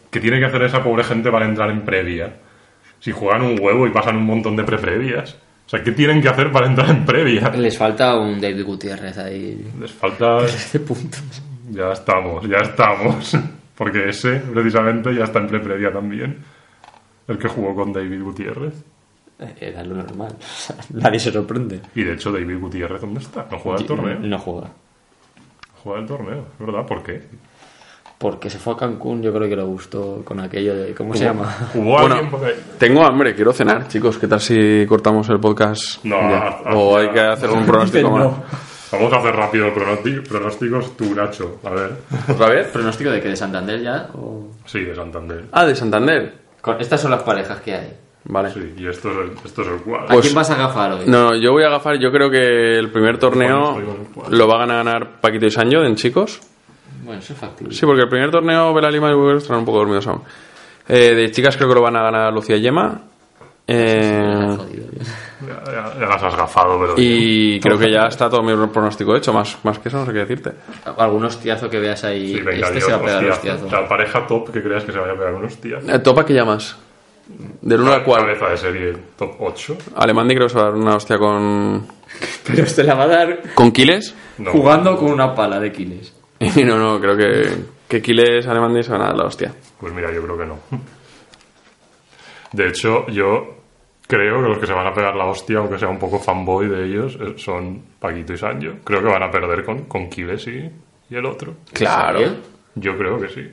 B: ¿Qué tiene que hacer esa pobre gente para entrar en previa? Si juegan un huevo y pasan un montón de pre-previas. O sea, ¿qué tienen que hacer para entrar en previa?
C: Les falta un David Gutiérrez ahí.
B: Les falta...
C: Este punto.
B: Ya estamos, ya estamos. Porque ese, precisamente, ya está en pre-previa también. El que jugó con David Gutiérrez.
C: Era Eh, lo normal. Nadie se sorprende.
B: Y de hecho, David Gutiérrez, ¿dónde está? No juega el torneo.
C: No juega.
B: Juega el torneo, es verdad. ¿Por qué?
C: Porque se fue a Cancún, yo creo que le gustó con aquello de. ¿Cómo se llama?
B: ¿Jugó alguien por ahí?
A: tengo hambre, quiero cenar, chicos. ¿Qué tal si cortamos el podcast?
B: No,
A: ya?
B: haz-
A: o
B: haz-
A: hay que hacer un pronóstico
D: Dicen
A: más.
B: Vamos a hacer rápido pronósticos. Pronósticos tú, Nacho. A ver.
A: ¿Otra vez?
D: ¿Pronóstico de que de Santander ya? o-
B: Sí, de Santander.
A: Ah, de Santander.
C: Con- estas son las parejas que hay.
A: Vale.
B: Sí, y esto es el, esto es el cual.
D: ¿A
A: Pues-
D: quién vas a agafar hoy?
A: No, no, yo voy a agafar. Yo creo que el primer torneo
B: Bueno, estoy bueno.
A: lo van pues a ganar Paquito y Sancho en chicos.
C: Bueno, eso es factible.
A: Sí, porque el primer torneo Vela Lima y Google están un poco dormidos aún. Eh, de chicas creo que lo van a ganar Lucía Yema. Eh,
C: Jodido.
B: Ya, ya- ya las has gafado, pero...
A: y creo que ya está todo mi pronóstico hecho. Más, más que eso no sé qué decirte.
C: Algún hostiazo que veas ahí.
B: Sí, venga,
C: este
B: Dios,
C: se va a pegar
B: hostiazo.
C: hostiazo.
B: La pareja top que creas que se vaya a pegar un hostiazo.
A: Eh, ¿Topa qué llamas? Del 1 al 4.
B: Cabeza de serie top 8.
A: Alemandi creo que se va a dar una hostia con...
C: Pero se la va a dar
A: ¿Con Quiles?
B: No.
C: jugando con una pala de Quiles.
A: no, no, creo que, que Quiles, Alemandi se van a dar la hostia.
B: Pues mira, yo creo que no. De hecho, yo creo que los que se van a pegar la hostia, aunque sea un poco fanboy de ellos, eh, son Paquito y Sancho. Creo que van a perder con, con Kiles y, y el otro.
A: Claro.
C: ¿Serio?
B: Yo creo que sí.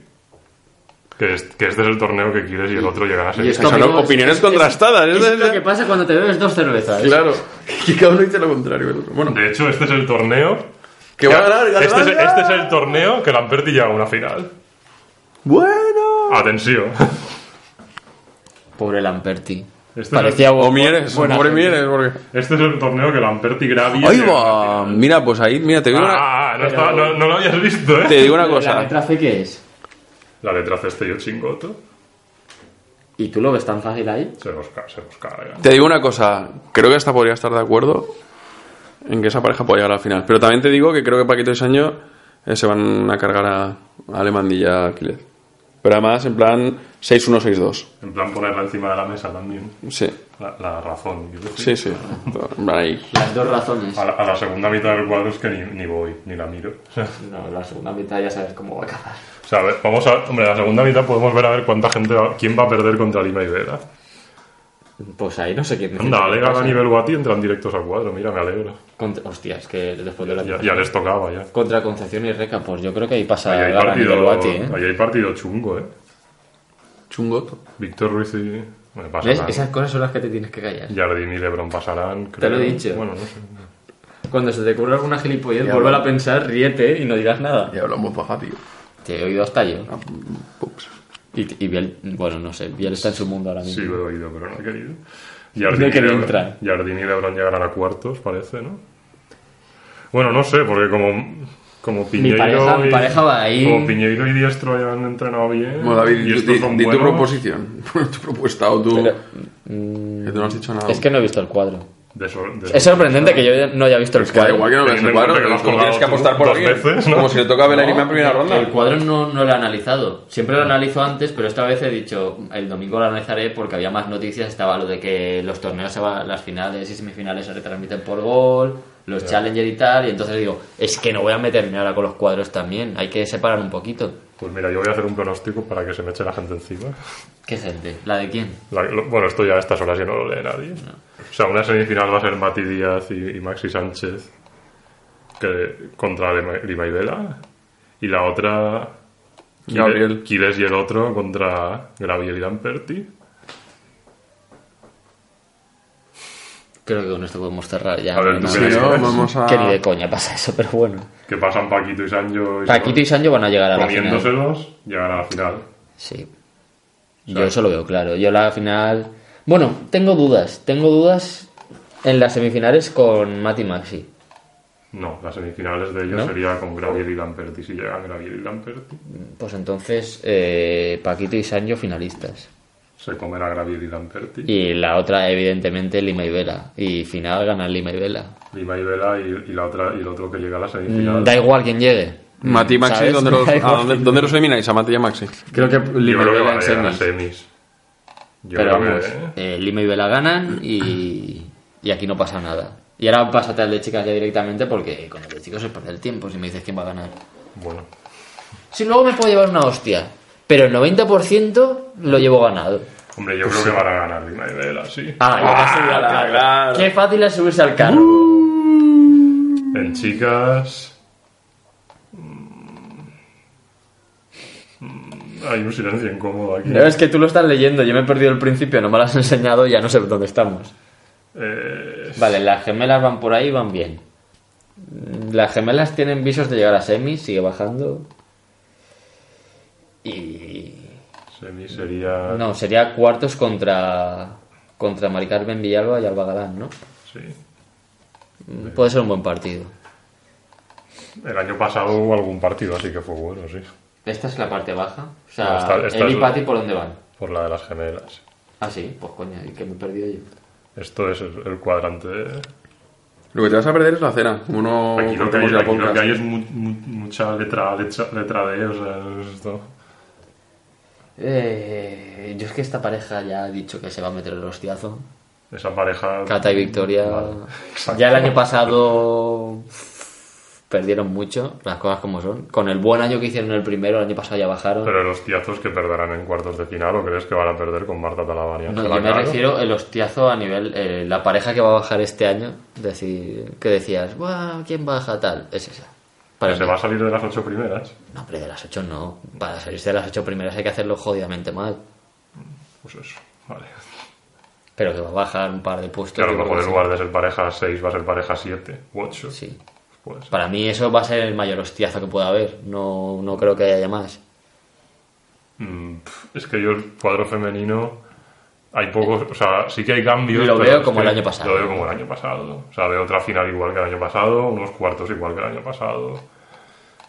B: Que, es- que este es el torneo que Kiles y el otro llegan a ser.
C: y esto-
A: Son
C: Amigos,
A: opiniones
C: es-
A: contrastadas.
C: Es,
A: es- es-
C: lo que pasa cuando te bebes dos cervezas.
A: Claro. Y cada uno dice lo contrario. del otro. Bueno,
B: De hecho, este es el torneo.
A: que va a ganar, ganar,
B: este, es,
A: ganar.
B: este es el torneo que Lamperti llega a una final.
A: Bueno.
B: Atención.
C: Pobre Lamperti.
B: Este es, el,
C: Parecía
A: O Mieres,
C: buena
A: pobre
C: gente.
A: Mieres, porque...
B: este es el torneo que Lamperti Gravia.
A: Ahí
B: llega a
A: va. Mira, pues ahí, mira, te digo,
B: una final.
A: una,
B: Ah, ah, ah, no, estaba- no- no lo habías visto, ¿eh?
A: te digo una
C: ¿La
A: cosa.
C: letra C qué es?
B: La letra C este yo chingoto.
C: ¿Y tú lo ves tan fácil ahí?
B: Se nos, ca- se nos carga.
A: Te digo una cosa. Creo que hasta podría estar de acuerdo en que esa pareja puede llegar al final. Pero también te digo que creo que Paquito y Sancho eh, se van a cargar a, a Alemandilla Aquiles. Pero además, en plan 6-1-6-2.
B: En plan ponerla encima de la mesa también.
A: Sí,
B: La, la razón. quiero decir.
A: sí, sí. En plan ahí.
C: Las dos razones.
B: A la, a la segunda mitad del cuadro es que ni, ni voy, ni la miro. o
C: No, la segunda mitad ya sabes cómo va a acabar.
B: sea, a ver, vamos a... Hombre, la segunda mitad podemos ver a ver cuánta gente... va- ¿Quién va a perder contra Lima y Vera?
C: Pues ahí no sé quién.
B: Anda, Alega gana nivel Guati entran directos al cuadro. Mira, me alegro.
C: Contra- Hostia, es que después de la.
B: Ya, ya les tocaba, ya.
C: Contra Concepción y Reca, pues yo creo que ahí pasa
B: Ahí hay,
C: Gala
B: partido,
C: Nicolati, ¿eh?
B: ahí hay partido chungo, ¿eh?
A: Chungoto.
B: Víctor Ruiz y... Me
C: ¿Ves?
B: pasarán.
C: Esas cosas son las que te tienes que callar.
B: Jardín y Lebron pasarán, creo.
C: lo he dicho.
B: Bueno, no sé.
C: Cuando se te ocurra alguna gilipollez, vuelve a pensar, ríete y no dirás nada.
A: Y hablamos baja, tío.
C: Te he oído hasta
A: Ah.
C: yo. Y, y Biel, bueno, no sé, Biel está en su mundo ahora mismo.
B: Sí, lo he oído, pero no he querido.
C: No he
B: Jardín
C: querido
B: y
C: entrar.
B: Lebron- Jardín y Lebron llegarán a cuartos, parece, ¿no? Bueno, no sé, porque como, como Piñeiro,
C: pareja-
B: y,
C: mi pareja va ahí.
B: como Piñeiro y Diestro ya han entrenado bien.
A: Bueno, David,
B: y
A: di,
B: estos son
A: di tu
B: buenos,
A: proposición. tu propuesta o tú.
C: Pero,
A: que tú no has dicho nada.
C: Es que no he visto el cuadro.
B: de sor- de
C: Es sorprendente que yo no haya visto el
A: Es que da igual que
C: cuadro.
A: no veas el
B: Teniendo en
A: cuadro.
B: cuenta que lo has
A: tú tienes
B: colgado
A: que apostar
B: tú
A: por
B: dos
A: alguien.
B: veces, ¿no?
A: Como si le toca a Bellerín en primera
C: El
A: ronda.
C: cuadro no, no lo he analizado. Siempre lo analizo antes, pero esta vez he dicho, el domingo lo analizaré porque había más noticias. Estaba lo de que los torneos, se va- las finales y semifinales se retransmiten por gol, los challenger y tal. Y entonces digo, es que no voy a meterme ahora con los cuadros también. Hay que separar un poquito.
B: Pues mira, yo voy a hacer un pronóstico para que se me eche la gente encima.
C: ¿Qué gente? ¿La de quién?
B: La- lo- bueno, esto ya a estas horas ya no lo lee nadie. O sea, una semifinal va a ser Mati Díaz y, y Maxi Sánchez que, contra Lema- Lima y Vela. Y la otra
A: Gabriel.
B: Kiles y el otro contra Graviel y Lamperti.
C: Creo que con esto podemos cerrar ya.
B: A ver,
C: no,
B: tú
A: Si
B: qué
C: no,
A: no,
B: dices.
A: vamos a...
C: Que ni de coña pasa eso, pero bueno.
B: Que pasan Paquito y Sancho.
C: Paquito y Sancho van a llegar a la final.
B: Comiéndoselos, llegan a la final.
C: Sí. Yo eso lo veo claro. Yo la final. Bueno, tengo dudas. Tengo dudas en las semifinales con Mati Maxi.
B: No, las semifinales de ellos
C: ¿No?
B: sería con Graviel y Lamperti. Si llegan Graviel y Lamperti,
C: Pues entonces, eh, Paquito y Sancho finalistas.
B: se comerá Graviel y Lamperti.
C: Y la otra, evidentemente, Lima y Vela. Y final ganan Lima y Vela.
B: Lima y Vela y, y la otra, y el otro que llega a la semifinal.
C: Mm, Da igual quién llegue.
A: Mm, Mati y Maxi,
C: ¿Sabes?
A: ¿dónde los,
C: Da igual.
A: a dónde, dónde los elimináis? A Mati y a Maxi.
D: Creo que
B: Yo creo que
D: Liverpool
B: van
D: en
B: a llegar a
D: semis.
B: semis. Yo
C: Pero
B: creo
C: vamos,
B: que-
C: eh, Lima y Vela ganan y, y aquí no pasa nada. Y ahora pásate al de chicas ya directamente porque con el de chicos es perder el tiempo si me dices quién va a ganar.
B: Bueno,
C: Si luego me puedo llevar una hostia, pero el 90% lo llevo ganado.
B: hombre, yo creo que van a ganar Lima y Vela, sí.
C: Ah, yo me subí al carro. Qué fácil es subirse al carro.
B: Uh. En chicas. mm, mm, Hay un silencio incómodo aquí.
C: No, es que tú lo estás leyendo, yo me he perdido el principio, no me lo has enseñado y ya no sé dónde estamos.
B: Eh,
C: Vale, las gemelas van por ahí y van bien. Las gemelas tienen visos de llegar a semis, sigue bajando. Y.
B: semi sería.
C: No, sería cuartos contra. contra Mari Carmen Villalba y Alba Galán, ¿no?
B: Sí.
C: Puede ser un buen partido.
B: El año pasado hubo algún partido, así que fue bueno, sí.
C: Esta es la parte baja. O
B: No, esta- esta Eli es la-
C: y
B: Patti,
C: ¿por dónde van?
B: Por la de las gemelas.
C: Ah, sí, pues coño, ¿y que me he perdido yo?
B: Esto es el el cuadrante.
A: Lo que te vas a perder es la cena. Como
C: Oh,
A: no
B: Aquí lo que hay,
A: cortemos ya
B: aquí lo
A: podcast.
B: que hay es mu- mu- mucha letra, letra, letra de, o sea, es esto.
C: Eh, yo es que esta pareja ya ha dicho que se va a meter el hostiazo.
B: Esa pareja.
C: Cata y Victoria.
B: Vale, exacto.
C: ya el año pasado perdieron mucho, las cosas como son. Con el buen año que hicieron el primero, el año pasado ya bajaron.
B: Pero los tiazos que perderán en cuartos de final, ¿o crees que van a perder con Marta Talavani?
C: No, yo me refiero el hostiazo a nivel. eh, la pareja que va a bajar este año, decir, que decías, "Buah, ¿quién baja tal? Es esa. Para
B: se
C: mí.
B: va a salir de las ocho primeras.
C: No, pero de las ocho no. Para salirse de las ocho primeras hay que hacerlo jodidamente mal.
B: Pues eso, vale.
C: Pero que va a bajar un par de puestos.
B: Claro, a
C: yo
B: lo
C: creo
B: mejor
C: que
B: en
C: sí.
B: lugar de ser pareja 6 va a ser pareja 7 u 8.
C: Sí.
B: Puede ser.
C: Para mí eso va a ser el mayor hostiazo que pueda haber. No, no creo que haya más.
B: Mm, pf, es que yo el cuadro femenino hay pocos, o sea, sí que hay cambios.
C: Lo
B: pero
C: veo
B: es
C: como
B: que
C: el año pasado.
B: Lo veo como el año pasado. O sea, veo otra final igual que el año pasado, unos cuartos igual que el año pasado.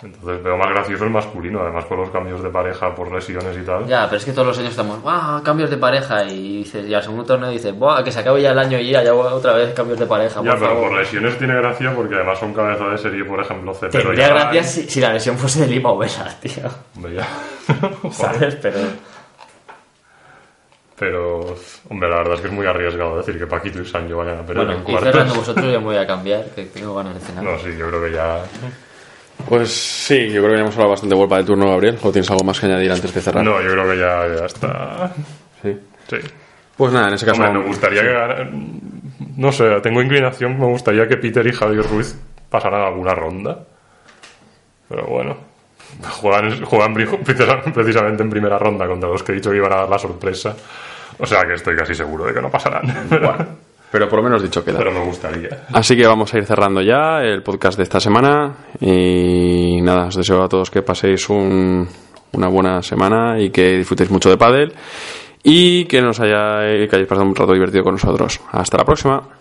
B: Entonces veo más gracioso el masculino, además con los cambios de pareja por lesiones y tal.
C: Ya, pero es que todos los años estamos, ¡guau! Cambios de pareja. Y, dices, y al segundo torneo dices, ¡buah! Que se acabe ya el año y ya, ya otra vez cambios de pareja.
B: Ya,
C: por
B: pero
C: favor.
B: por lesiones tiene gracia porque además son cabeza de serie, por ejemplo, Cepero.
C: Tendría
B: y Arán.
C: gracia si, si la lesión fuese de Lima o Vela, tío.
B: Hombre, ya.
C: ¿Sabes? Pero.
B: Pero, hombre, la verdad es que es muy arriesgado decir que Paquito y Sancho vayan a perder
C: bueno,
B: en
C: y
B: cuartos.
C: cerrando vosotros, yo me voy a cambiar, que tengo ganas de cenar.
B: No, sí, yo creo que ya.
A: Pues sí, yo creo que ya hemos hablado bastante vuelta de turno, Gabriel. ¿O tienes algo más que añadir antes de cerrar?
B: No, yo creo que ya, ya está.
A: Sí.
B: Sí.
A: Pues nada, en ese caso...
B: Hombre, me gustaría que ganara- No sé, tengo inclinación, me gustaría que Peter y Javier Ruiz pasaran alguna ronda. Pero bueno. Juegan, juegan pri- pre- precisamente en primera ronda contra los que he dicho que iban a dar la sorpresa. O sea que estoy casi seguro de que no pasarán. Pero,
A: Pero por lo menos dicho queda.
B: pero me gustaría.
A: Así que vamos a ir cerrando ya el podcast de esta semana. Y nada, os deseo a todos que paséis un- una buena semana y que disfrutéis mucho de pádel y que nos haya, que hayáis pasado un rato divertido con nosotros. Hasta la próxima.